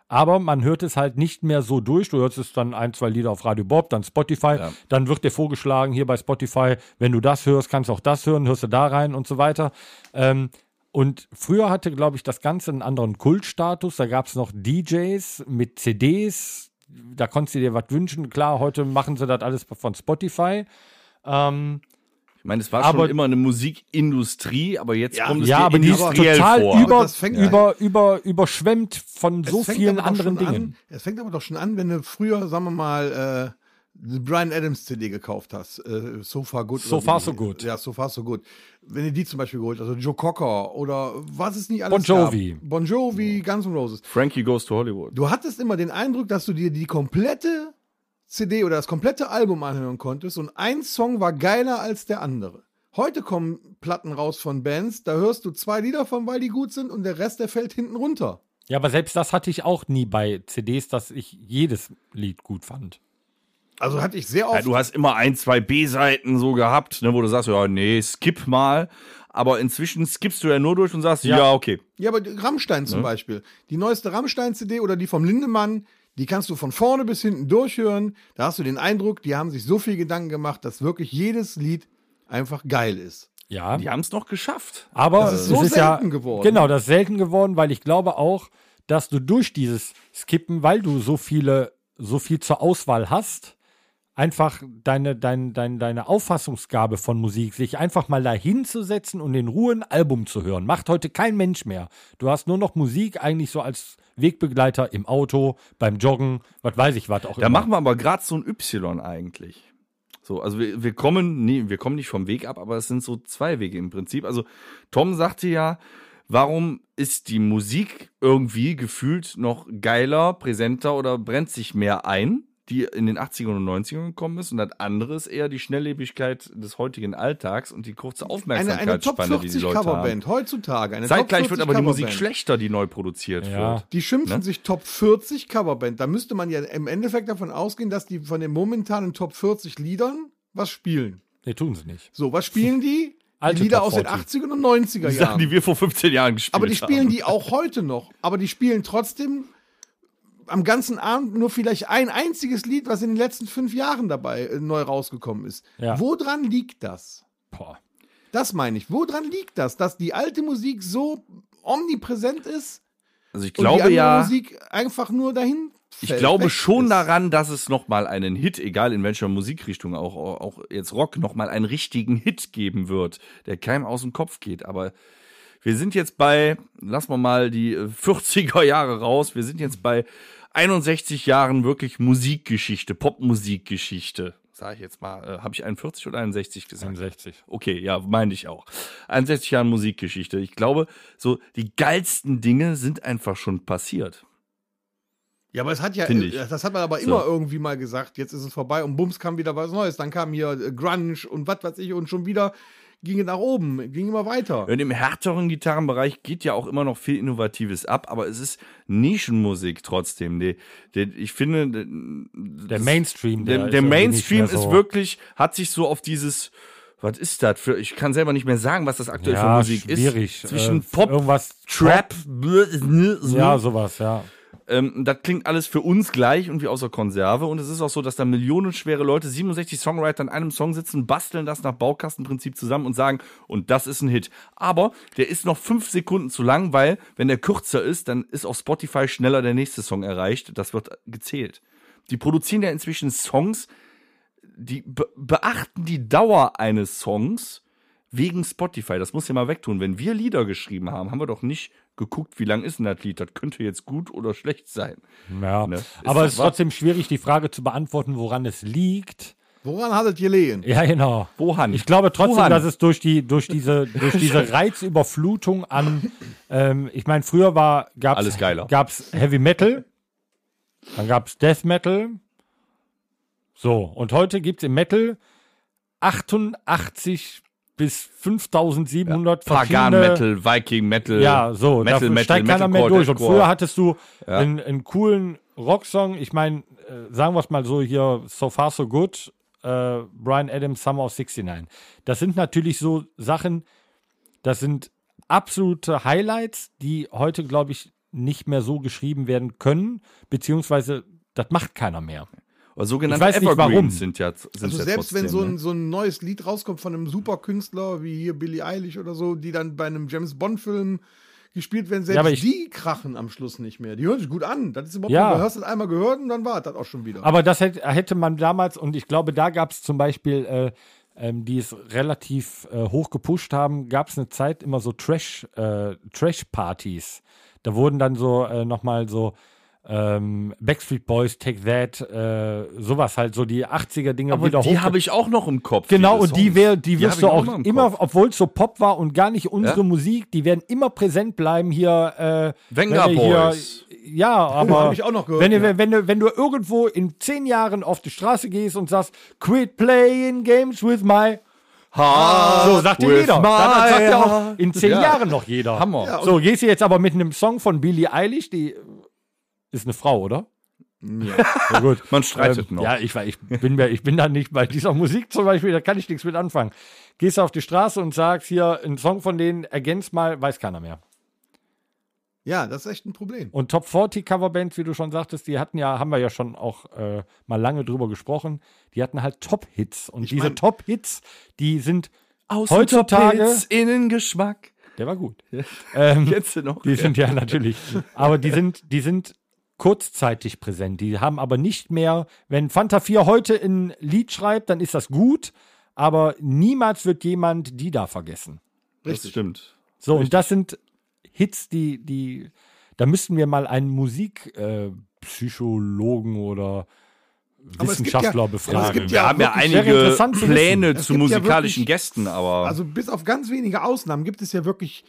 S1: aber man hört es halt nicht mehr so durch. Du hörst es dann ein, zwei Lieder auf Radio Bob, dann Spotify, dann wird dir vorgeschlagen hier bei Spotify, wenn du das hörst, kannst du auch das hören, hörst du da rein und so weiter. Ähm, und früher hatte, glaube ich, das Ganze einen anderen Kultstatus. Da gab es noch DJs mit CDs. Da konntest du dir was wünschen. Klar, heute machen sie das alles von Spotify.
S3: Ich meine, es war
S1: aber-
S3: schon immer eine Musikindustrie, aber jetzt kommt es
S1: ja,
S3: dir
S1: aber die ist
S3: industriell
S1: total
S3: vor.
S1: über,
S2: Aber das fängt-
S1: über, über, überschwemmt von so
S2: Es fängt
S1: vielen
S2: aber doch
S1: anderen
S2: schon
S1: Dingen.
S2: An, es fängt aber doch schon an, wenn du früher, sagen wir mal, äh, die Brian Adams CD gekauft hast. Äh, so far good.
S1: So
S2: oder wie
S1: Far
S2: die-
S1: So Good.
S2: Ja, so far so good. Wenn du die zum Beispiel geholt hast, also Joe Cocker oder was es nicht alles
S1: Bon Jovi.
S2: Gab. Bon Jovi, Guns N' Roses.
S3: Frankie Goes to Hollywood.
S2: Du hattest immer den Eindruck, dass du dir die komplette CD oder das komplette Album anhören konntest und ein Song war geiler als der andere. Heute kommen Platten raus von Bands, da hörst du zwei Lieder von, weil die gut sind und der Rest, der fällt hinten runter.
S1: Ja, aber selbst das hatte ich auch nie bei CDs, dass ich jedes Lied gut fand.
S2: Also hatte ich sehr
S3: Ja,
S2: oft.
S3: du hast immer ein, zwei B-Seiten so gehabt, ne, wo du sagst, ja, nee, skip mal. Aber inzwischen skippst du ja nur durch und sagst, ja, okay.
S2: Ja, aber die Rammstein
S3: Ne?
S2: zum Beispiel. Die neueste Rammstein-CD oder die vom Lindemann, die kannst du von vorne bis hinten durchhören. Da hast du den Eindruck, die haben sich so viel Gedanken gemacht, dass wirklich jedes Lied einfach geil ist.
S1: Ja.
S3: Die haben es noch geschafft.
S1: Aber
S2: Das ist so
S1: es ist ja,
S2: selten geworden.
S1: Genau, das ist selten geworden, weil ich glaube auch, dass du durch dieses Skippen, weil du so viele, so viel zur Auswahl hast, einfach deine, dein, dein, deine Auffassungsgabe von Musik, sich einfach mal dahin zu setzen und in Ruhe ein Album zu hören, macht heute kein Mensch mehr. Du hast nur noch Musik eigentlich so als Wegbegleiter im Auto, beim Joggen, was weiß ich, was auch
S3: Da
S2: Genau.
S1: immer.
S3: machen wir aber gerade so ein Y eigentlich. So, also wir, wir kommen, nee, wir kommen nicht vom Weg ab, aber es sind so zwei Wege im Prinzip. Also Tom sagte ja, warum ist die Musik irgendwie gefühlt noch geiler, präsenter oder brennt sich mehr ein, die in den 80ern und 90ern gekommen ist? Und das andere ist eher die Schnelllebigkeit des heutigen Alltags und die kurze
S2: Eine, eine Top
S3: Aufmerksamkeitsspanne, die die
S2: 40
S3: Leute haben.
S2: Coverband heutzutage. Eine
S3: Zeitgleich
S2: Top 40
S3: wird aber die Musik ne?
S2: Coverband.
S3: schlechter, die neu produziert
S1: Ja.
S3: wird.
S2: Die schimpfen sich Top 40 Coverband. Da müsste man ja im Endeffekt davon ausgehen, dass die von den momentanen Top 40 Liedern was spielen.
S1: Nee, tun sie nicht.
S2: So, was spielen die?
S1: Alte
S2: die Lieder
S1: Top
S2: aus den
S1: 40.
S2: 80er und 90er
S3: Die Sachen,
S2: Jahren.
S3: die wir vor 15 Jahren gespielt haben.
S2: Aber die spielen die auch heute noch. Aber die spielen trotzdem am ganzen Abend nur vielleicht ein einziges Lied, was in den letzten fünf Jahren dabei äh, neu rausgekommen ist.
S1: Ja.
S2: Woran liegt das?
S1: Boah.
S2: Das meine ich. Woran liegt das, dass die alte Musik so omnipräsent ist
S3: Also ich
S2: und die
S3: glaube
S2: andere
S3: ja.
S2: Musik einfach nur dahin?
S3: Ich
S2: fällt,
S3: glaube
S2: weg
S3: schon
S2: ist?
S3: daran, dass es nochmal einen Hit, egal in welcher Musikrichtung, auch, auch auch jetzt Rock, nochmal einen richtigen Hit geben wird, der keinem aus dem Kopf geht. Aber wir sind jetzt bei, lassen wir mal die äh, <laughs> 40er Jahre raus, wir sind jetzt bei 61 Jahren wirklich Musikgeschichte, Popmusikgeschichte. Sag ich jetzt mal, äh, habe ich 41 oder 61 gesagt?
S1: 61.
S3: Okay, ja, meine ich auch. 61 Jahren Musikgeschichte. Ich glaube, so die geilsten Dinge sind einfach schon passiert.
S2: Ja, aber es hat ja, äh,
S3: Finde ich.
S2: das hat man aber
S3: So.
S2: immer irgendwie mal gesagt, jetzt ist es vorbei und bums kam wieder was Neues. Dann kam hier äh, Grunge und was weiß ich und schon wieder ging es nach oben, ging immer weiter.
S3: Und im härteren Gitarrenbereich geht ja auch immer noch viel Innovatives ab, aber es ist Nischenmusik trotzdem. Die, die, ich finde, der,
S1: Der Mainstream. ist
S3: der, der
S1: irgendwie nicht
S3: Mainstream
S1: mehr so-
S3: ist wirklich, hat sich so auf dieses, was ist das für, ich kann selber nicht mehr sagen, was das aktuell für
S1: ja,
S3: Musik
S1: schwierig.
S3: ist. Zwischen
S1: äh,
S3: Pop,
S1: irgendwas
S3: Trap, Trap
S1: Ja, sowas, ja.
S3: ähm, das klingt alles für uns gleich und wie aus der Konserve. Und es ist auch so, dass da millionenschwere Leute, 67 Songwriter an einem Song sitzen, basteln das nach Baukastenprinzip zusammen und sagen, und das ist ein Hit. Aber der ist noch fünf Sekunden zu lang, weil wenn der kürzer ist, dann ist auf Spotify schneller der nächste Song erreicht. Das wird gezählt. Die produzieren ja inzwischen Songs, die be beachten die Dauer eines Songs wegen Spotify. Das muss ja mal wegtun. Wenn wir Lieder geschrieben haben, haben wir doch nicht geguckt, wie lang ist denn das Lied? Das könnte jetzt gut oder schlecht sein.
S1: Ja,
S3: Ne? Ist
S1: aber
S3: das
S1: es ist
S3: wahr?
S1: trotzdem schwierig, die Frage zu beantworten, woran es liegt.
S2: Woran hat es gelegen?
S1: Ja, genau.
S3: Woran?
S1: Ich glaube trotzdem,
S3: Woran?
S1: dass es durch die durch diese durch
S3: <laughs>
S1: diese Reizüberflutung an, ähm, ich meine, früher war gab's
S3: Alles geiler.
S1: gab's Heavy Metal, dann gab's Death Metal, so und heute gibt's im Metal 88 bis 5700
S3: Pagan
S1: verschiedene-
S3: Metal, Viking Metal.
S1: Ja, so,
S3: Metal,
S1: dafür
S3: Metal,
S1: steigt keiner mehr
S3: Metalcore,
S1: durch. Und
S3: Deathcore.
S1: früher hattest du einen, einen coolen Rocksong, ich meine, äh, sagen wir es mal so hier, So Far So Good, äh, Brian Adams, Summer of 69. Das sind natürlich so Sachen, das sind absolute Highlights, die heute, glaube ich, nicht mehr so geschrieben werden können, beziehungsweise das macht keiner mehr.
S3: Oder sogenannte
S1: Ich weiß nicht,
S3: Evergreens
S1: warum.
S3: sind ja sind
S2: Also
S3: ja
S2: selbst wenn
S3: trotzdem,
S2: so ein,
S3: ne?
S2: so ein neues Lied rauskommt von einem Superkünstler wie hier Billie Eilish oder so, die dann bei einem James Bond Film gespielt werden, selbst
S1: Ja, aber ich-
S2: die krachen am Schluss nicht mehr. Die hören sich gut an. Das ist überhaupt
S1: Ja.
S2: du hörst es einmal gehört und dann war es das auch schon wieder.
S1: Aber das hätte, hätte man damals, und ich glaube, da gab es zum Beispiel, äh, ähm, die es relativ äh, hoch gepusht haben, gab es eine Zeit immer so Trash, äh, Trash-Partys. Da wurden dann so äh, nochmal so ähm, Backstreet Boys, Take That, äh, sowas halt, so die 80er-Dinger
S3: aber
S1: wieder
S3: ne? die
S1: hochge-
S3: habe ich auch noch im Kopf.
S1: Genau,
S3: diese
S1: und die,
S3: Songs.
S1: wär, die
S3: Die hab
S1: wirst
S3: ich
S1: du
S3: auch
S1: auch
S3: immer im
S1: immer,
S3: Kopf.
S1: obwohl es so Pop war und gar nicht unsere
S3: Ja.
S1: Musik, die werden immer präsent bleiben hier. Äh,
S3: Venga
S1: wenn du
S3: Boys.
S1: Hier, ja, aber
S2: hab ich auch noch gehört,
S1: wenn, du,
S2: ja.
S1: wenn, du, wenn du irgendwo in zehn Jahren auf die Straße gehst und sagst, quit playing games with my
S3: Ah,
S1: So, sagt dir
S3: with
S1: jeder. Das sagt ja auch
S3: my-
S1: in zehn
S3: Ja.
S1: Jahren noch jeder.
S3: Hammer. Ja,
S1: so, gehst du jetzt aber mit einem Song von Billie Eilish, die ist eine Frau, oder? Ja. gut.
S3: <laughs>
S1: Ähm,
S3: Man streitet noch.
S1: Ja, ich, war- ich, bin, mir- ich bin da nicht bei dieser Musik zum Beispiel, da kann ich nichts mit anfangen. Gehst du auf die Straße und sagst hier, ein Song von denen, ergänzt mal, weiß keiner mehr.
S2: Ja, das ist echt ein Problem.
S1: Und Top 40 Coverbands, wie du schon sagtest, die hatten ja, haben wir ja schon auch äh, mal lange drüber gesprochen, die hatten halt Top-Hits. Und diese
S2: mein-
S1: Top-Hits, die sind
S3: Außen
S1: Heutzutage-
S3: Toppitz, innen Geschmack.
S1: der war gut.
S2: <laughs>
S1: Ähm,
S3: Jetzt noch.
S1: die sind ja natürlich. Aber die sind, die sind kurzzeitig präsent. Die haben aber nicht mehr, wenn Fanta 4 heute ein Lied schreibt, dann ist das gut, aber niemals wird jemand die da vergessen.
S3: das stimmt.
S1: So, und das sind Hits, die, die, da müssten wir mal einen Musikpsychologen äh, Psychologen oder
S2: Aber es gibt ja-
S1: Wissenschaftler befragen.
S2: aber es gibt
S3: Wir haben ja
S2: wirklich-
S1: wäre
S3: einige
S1: interessant zu wissen.
S3: Pläne
S2: Es
S3: zu
S2: gibt ja
S3: musikalischen
S2: wirklich-
S3: Gästen, aber
S2: Also bis auf ganz wenige Ausnahmen gibt es ja wirklich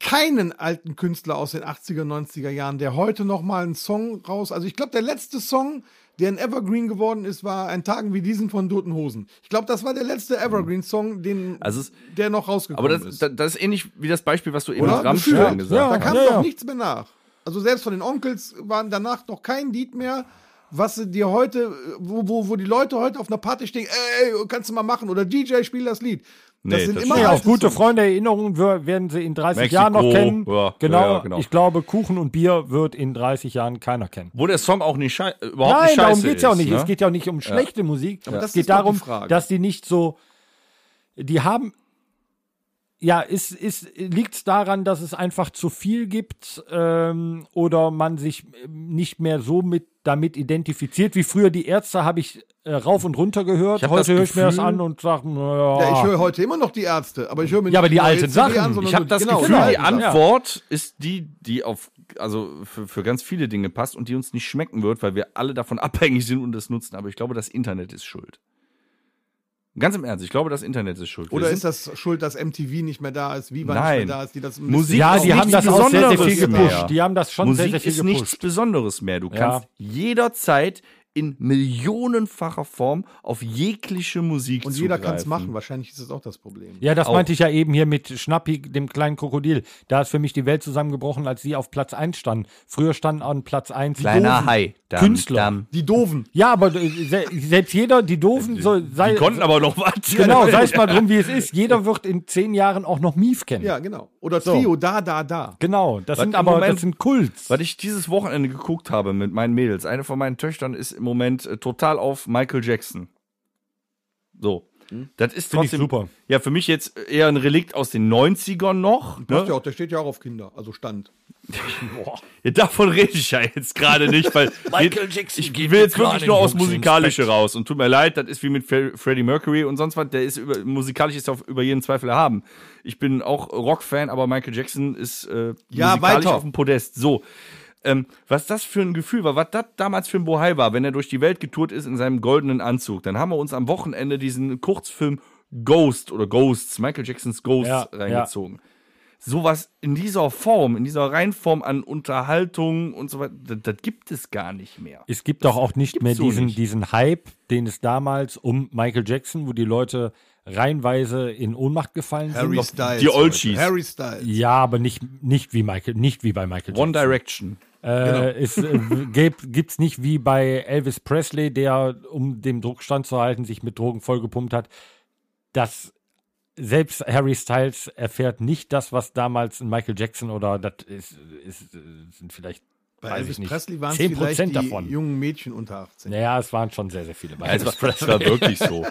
S2: keinen alten Künstler aus den 80er, 90er Jahren, der heute noch mal einen Song raus. Also ich glaube, der letzte Song, der ein Evergreen geworden ist, war ein Tagen wie diesen von Toten Hosen. Ich glaube, das war der letzte Evergreen-Song, den
S3: Also es-
S2: der noch
S3: aber
S2: rausgekommen
S3: das,
S2: ist.
S3: das, das ist ähnlich wie das Beispiel, was du eben
S2: Oder?
S3: mit Rammstein
S2: Gefühlt.
S3: gesagt
S1: Ja.
S2: da
S3: hast.
S2: kam
S1: Ja,
S2: doch
S1: ja.
S2: nichts mehr nach. Also selbst von den Onkels waren danach noch kein Lied mehr, was sie dir heute, wo, wo, wo die Leute heute auf einer Party stehen, ey, kannst du mal machen oder DJ spiel das Lied. Das
S3: Nee,
S2: sind
S3: das
S2: immer
S3: stimmt.
S1: Nee,
S2: alte
S1: auf gute
S2: Songs.
S1: Freunde Erinnerungen wir- werden sie in 30
S3: Mexiko,
S1: Jahren noch kennen.
S3: ja,
S1: genau,
S3: ja, ja, genau.
S1: Ich glaube, Kuchen und Bier wird in 30 Jahren keiner kennen.
S3: Wo der Song auch nicht schei äh, überhaupt
S1: Nein,
S3: nicht scheiße
S1: darum geht's ja auch nicht.
S3: ist, ne?
S1: Es geht ja auch nicht um schlechte Musik.
S2: Aber
S1: Es
S2: das
S1: geht
S2: ist doch die
S1: darum,
S2: Frage.
S1: dass die nicht so. Die haben. Ja, ist, ist, liegt es daran, dass es einfach zu viel gibt ähm, oder man sich ähm, nicht mehr so mit damit identifiziert wie früher die Ärzte habe ich äh, rauf und runter gehört.
S3: Ich hab das
S1: Heute höre ich mir das
S3: Gefühl-
S1: an und sage, naja.
S2: Ja, ich höre heute immer noch die Ärzte, aber ich höre mir
S1: Ja, aber die
S2: neue
S1: alten
S2: CD
S1: Sachen.
S2: sondern
S3: Ich habe
S2: nur
S3: das
S2: genau,
S3: Gefühl,
S2: alten
S3: die
S2: Sachen.
S3: Antwort ist die, die auf, also für, für ganz viele Dinge passt und die uns nicht schmecken wird, weil wir alle davon <laughs> abhängig sind und das nutzen. Aber ich glaube, das Internet ist schuld. Ganz im Ernst, ich glaube, das Internet ist schuld. Wir
S2: Oder
S3: sind-
S2: ist das schuld, dass MTV nicht mehr da ist, Viva
S3: Nein.
S2: nicht mehr da ist, die das ein
S3: Musik
S2: bisschen-
S1: ja,
S3: ist
S1: die
S3: auch
S1: haben
S3: nichts
S1: das auch sehr, sehr viel
S3: Besonderes
S1: gepusht.
S3: mehr.
S1: Die haben das schon
S3: Musik
S1: sehr, sehr
S3: ist
S1: viel
S3: nichts
S1: gepusht.
S3: Besonderes mehr. Du
S1: Ja.
S3: kannst jederzeit in millionenfacher Form auf jegliche Musik
S2: und jeder
S3: zugreifen.
S2: kann es machen. Wahrscheinlich ist das auch das Problem.
S1: Ja, das
S3: Auch.
S1: meinte ich ja eben hier mit Schnappi, dem kleinen Krokodil. Da ist für mich die Welt zusammengebrochen, als sie auf Platz 1 standen. Früher standen an Platz 1 die
S3: Kleiner
S1: doofen
S3: Hai. Dam,
S1: Künstler.
S3: dam.
S2: Die Doofen.
S1: Ja, aber äh, se selbst jeder, die Doofen, so, sei,
S3: Die
S2: Also,
S3: konnten aber noch was.
S1: genau, sei es mal drum, wie es ist. Jeder wird in zehn Jahren auch noch Mief kennen.
S2: Ja, genau. Oder Trio, da, da, da.
S1: Genau, das sind
S3: im
S1: aber,
S3: Moment-
S1: das sind Kults.
S3: <laughs> Was ich dieses Wochenende geguckt habe mit meinen Mädels, eine von meinen Töchtern ist im Moment äh, total auf Michael Jackson. So.
S2: Hm.
S3: Das ist
S1: Find ich
S3: trotzdem
S1: super.
S3: Ja, für mich jetzt eher ein Relikt aus den 90ern noch.
S2: Passt ja
S3: Ne?
S2: auch, der steht ja auch auf Kinder, also Stand.
S3: Ja, davon rede ich ja jetzt gerade
S2: <laughs>
S3: nicht, weil Michael Jackson ich will jetzt wirklich nur aus musikalische raus und tut mir leid, das ist wie mit Fre- Freddie Mercury und sonst was, der ist über, musikalisch ist auf über jeden Zweifel erhaben. Ich bin auch Rockfan, aber Michael Jackson ist äh,
S2: Ja,
S3: musikalisch
S2: weiter.
S3: auf dem Podest. So, ähm, was das für ein Gefühl war, was das damals für ein Bohai war, wenn er durch die Welt getourt ist in seinem goldenen Anzug, dann haben wir uns am Wochenende diesen Kurzfilm Ghost oder Ghosts, Michael Jacksons Ghosts
S1: Ja, ja.
S3: reingezogen. Sowas in dieser Form, in dieser Reinform an Unterhaltung und so weiter, das, das gibt es gar nicht mehr.
S1: Es gibt doch auch nicht
S3: gibt's
S1: mehr
S3: so
S1: diesen,
S3: nicht.
S1: diesen Hype, den es damals um Michael Jackson, wo die Leute reihenweise in Ohnmacht gefallen sind.
S2: Styles.
S3: die Oldschies.
S2: Harry Styles.
S1: Ja, aber nicht, nicht wie Michael, nicht wie bei Michael Jackson.
S3: One genau. Direction.
S1: Äh, es äh, gäb- gibt's nicht wie bei Elvis Presley, der, um dem Druck standzuhalten, sich mit Drogen vollgepumpt hat. Das selbst Harry Styles erfährt nicht das, was damals ein Michael Jackson oder das ist, ist, äh, sind vielleicht
S2: Bei
S1: weiß ich
S2: Elvis
S1: nicht,
S2: Presley waren es
S1: 10%
S2: vielleicht die
S1: davon.
S2: jungen Mädchen unter 18.
S1: Naja, es waren schon sehr, sehr viele. bei
S3: Das
S1: Elvis
S3: war, das war wirklich <laughs> so.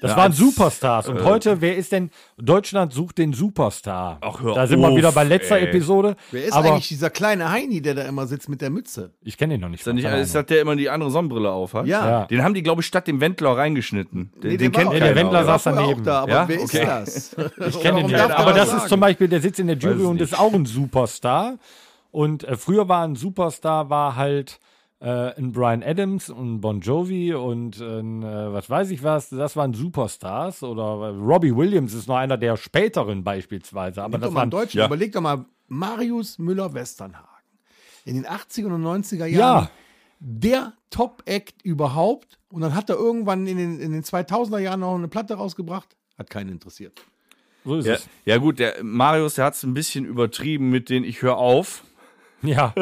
S1: Das waren Superstars.
S3: äh,
S1: Und heute, wer ist denn? Deutschland sucht den Superstar.
S3: Ach, hör
S1: da sind
S3: auf,
S1: wir wieder bei letzter
S3: ey.
S1: Episode.
S2: Wer ist
S1: aber
S2: eigentlich dieser kleine Heini, der da immer sitzt mit der Mütze?
S1: ich kenne ihn noch nicht.
S3: Ist das nicht,
S1: keine
S3: ist
S1: Ahnung.
S3: das der immer die andere Sonnenbrille auf hat?
S2: Ja.
S1: Ja.
S3: Den haben die, glaube ich, statt dem Wendler reingeschnitten. Den, den
S2: war
S3: kennt
S2: auch-
S1: Nee, der
S3: keiner.
S1: Wendler
S3: oder?
S1: saß
S2: war vorher
S1: daneben.
S2: Auch da, aber
S3: Ja?
S2: wer
S3: Okay.
S1: <laughs>
S2: ist das?
S1: Ich kenne den
S2: Warum
S1: nicht.
S2: darf der
S1: Aber
S2: das
S1: das ist
S2: sagen?
S1: zum Beispiel, der sitzt in der
S3: Weiß
S1: Jury
S3: es
S1: und
S3: nicht.
S1: ist auch ein Superstar. Und äh, früher war ein Superstar, war halt äh, ein Brian Adams und Bon Jovi und ein, äh, was weiß ich was, das waren Superstars. Oder äh, Robbie Williams ist noch einer der späteren beispielsweise. Aber
S2: Nimm doch
S1: das
S2: mal
S1: waren
S2: einen Deutschen.
S3: Ja.
S2: Überleg doch mal, Marius Müller-Westernhagen. In den 80er und 90er Jahren
S1: Ja,
S2: der Top-Act überhaupt. Und dann hat er irgendwann in den, in den 2000er Jahren noch eine Platte rausgebracht. Hat keinen interessiert.
S1: So ist
S3: Ja,
S1: es.
S3: ja gut, der Marius, der hat es ein bisschen übertrieben mit den Ich höre auf.
S2: <laughs>
S1: Ja.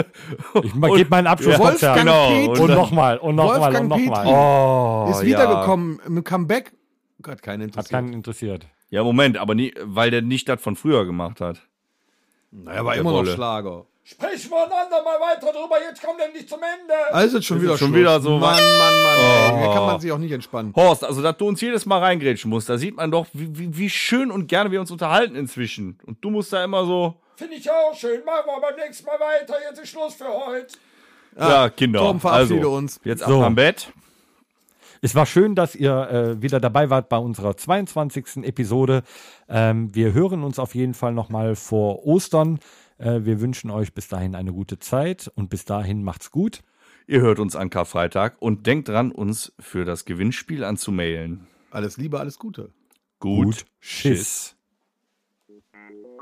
S1: Ich gebe meinen Abschlusskonzert.
S2: Wolfgang
S3: Genau.
S2: Petri
S1: Und nochmal, und nochmal, und
S2: Wolfgang
S1: nochmal.
S2: Petri.
S3: Oh,
S2: ist wiedergekommen im Comeback. Hat keinen
S1: Hat
S2: interessiert.
S1: Oh, keinen interessiert.
S3: Ja. ja, Moment, aber nie, weil der nicht das von früher gemacht hat.
S2: naja, war
S3: Der
S2: immer noch
S3: Wolle.
S2: Schlager.
S4: Sprich mal ein andermal weiter drüber, jetzt komm denn nicht zum Ende.
S2: Also ist schon
S3: Ist
S2: wieder
S3: es schon
S2: Schluss.
S3: wieder so
S2: Mann,
S3: weit?
S2: Mann, Mann. ey. Hier kann man sich auch nicht entspannen.
S3: Horst, also dass du uns jedes Mal reingrätschen musst, da sieht man doch, wie, wie, wie schön und gerne wir uns unterhalten inzwischen. Und du musst da immer so,
S4: Finde ich auch schön. Machen wir beim nächsten Mal weiter. Jetzt ist Schluss für heute.
S3: ja, Kinder,
S2: Torben, Ah, verabschiede
S3: also,
S2: uns.
S3: jetzt
S1: So.
S3: ab am Bett.
S1: Es war schön, dass ihr äh, wieder dabei wart bei unserer 22. Episode. Ähm, wir hören uns auf jeden Fall nochmal vor Ostern. Äh, wir wünschen euch bis dahin eine gute Zeit und bis dahin macht's gut.
S3: Ihr hört uns an Karfreitag und denkt dran, uns für das Gewinnspiel anzumailen.
S2: Alles Liebe, alles Gute.
S3: Gut,
S1: Gut Schiss.
S3: Schiss.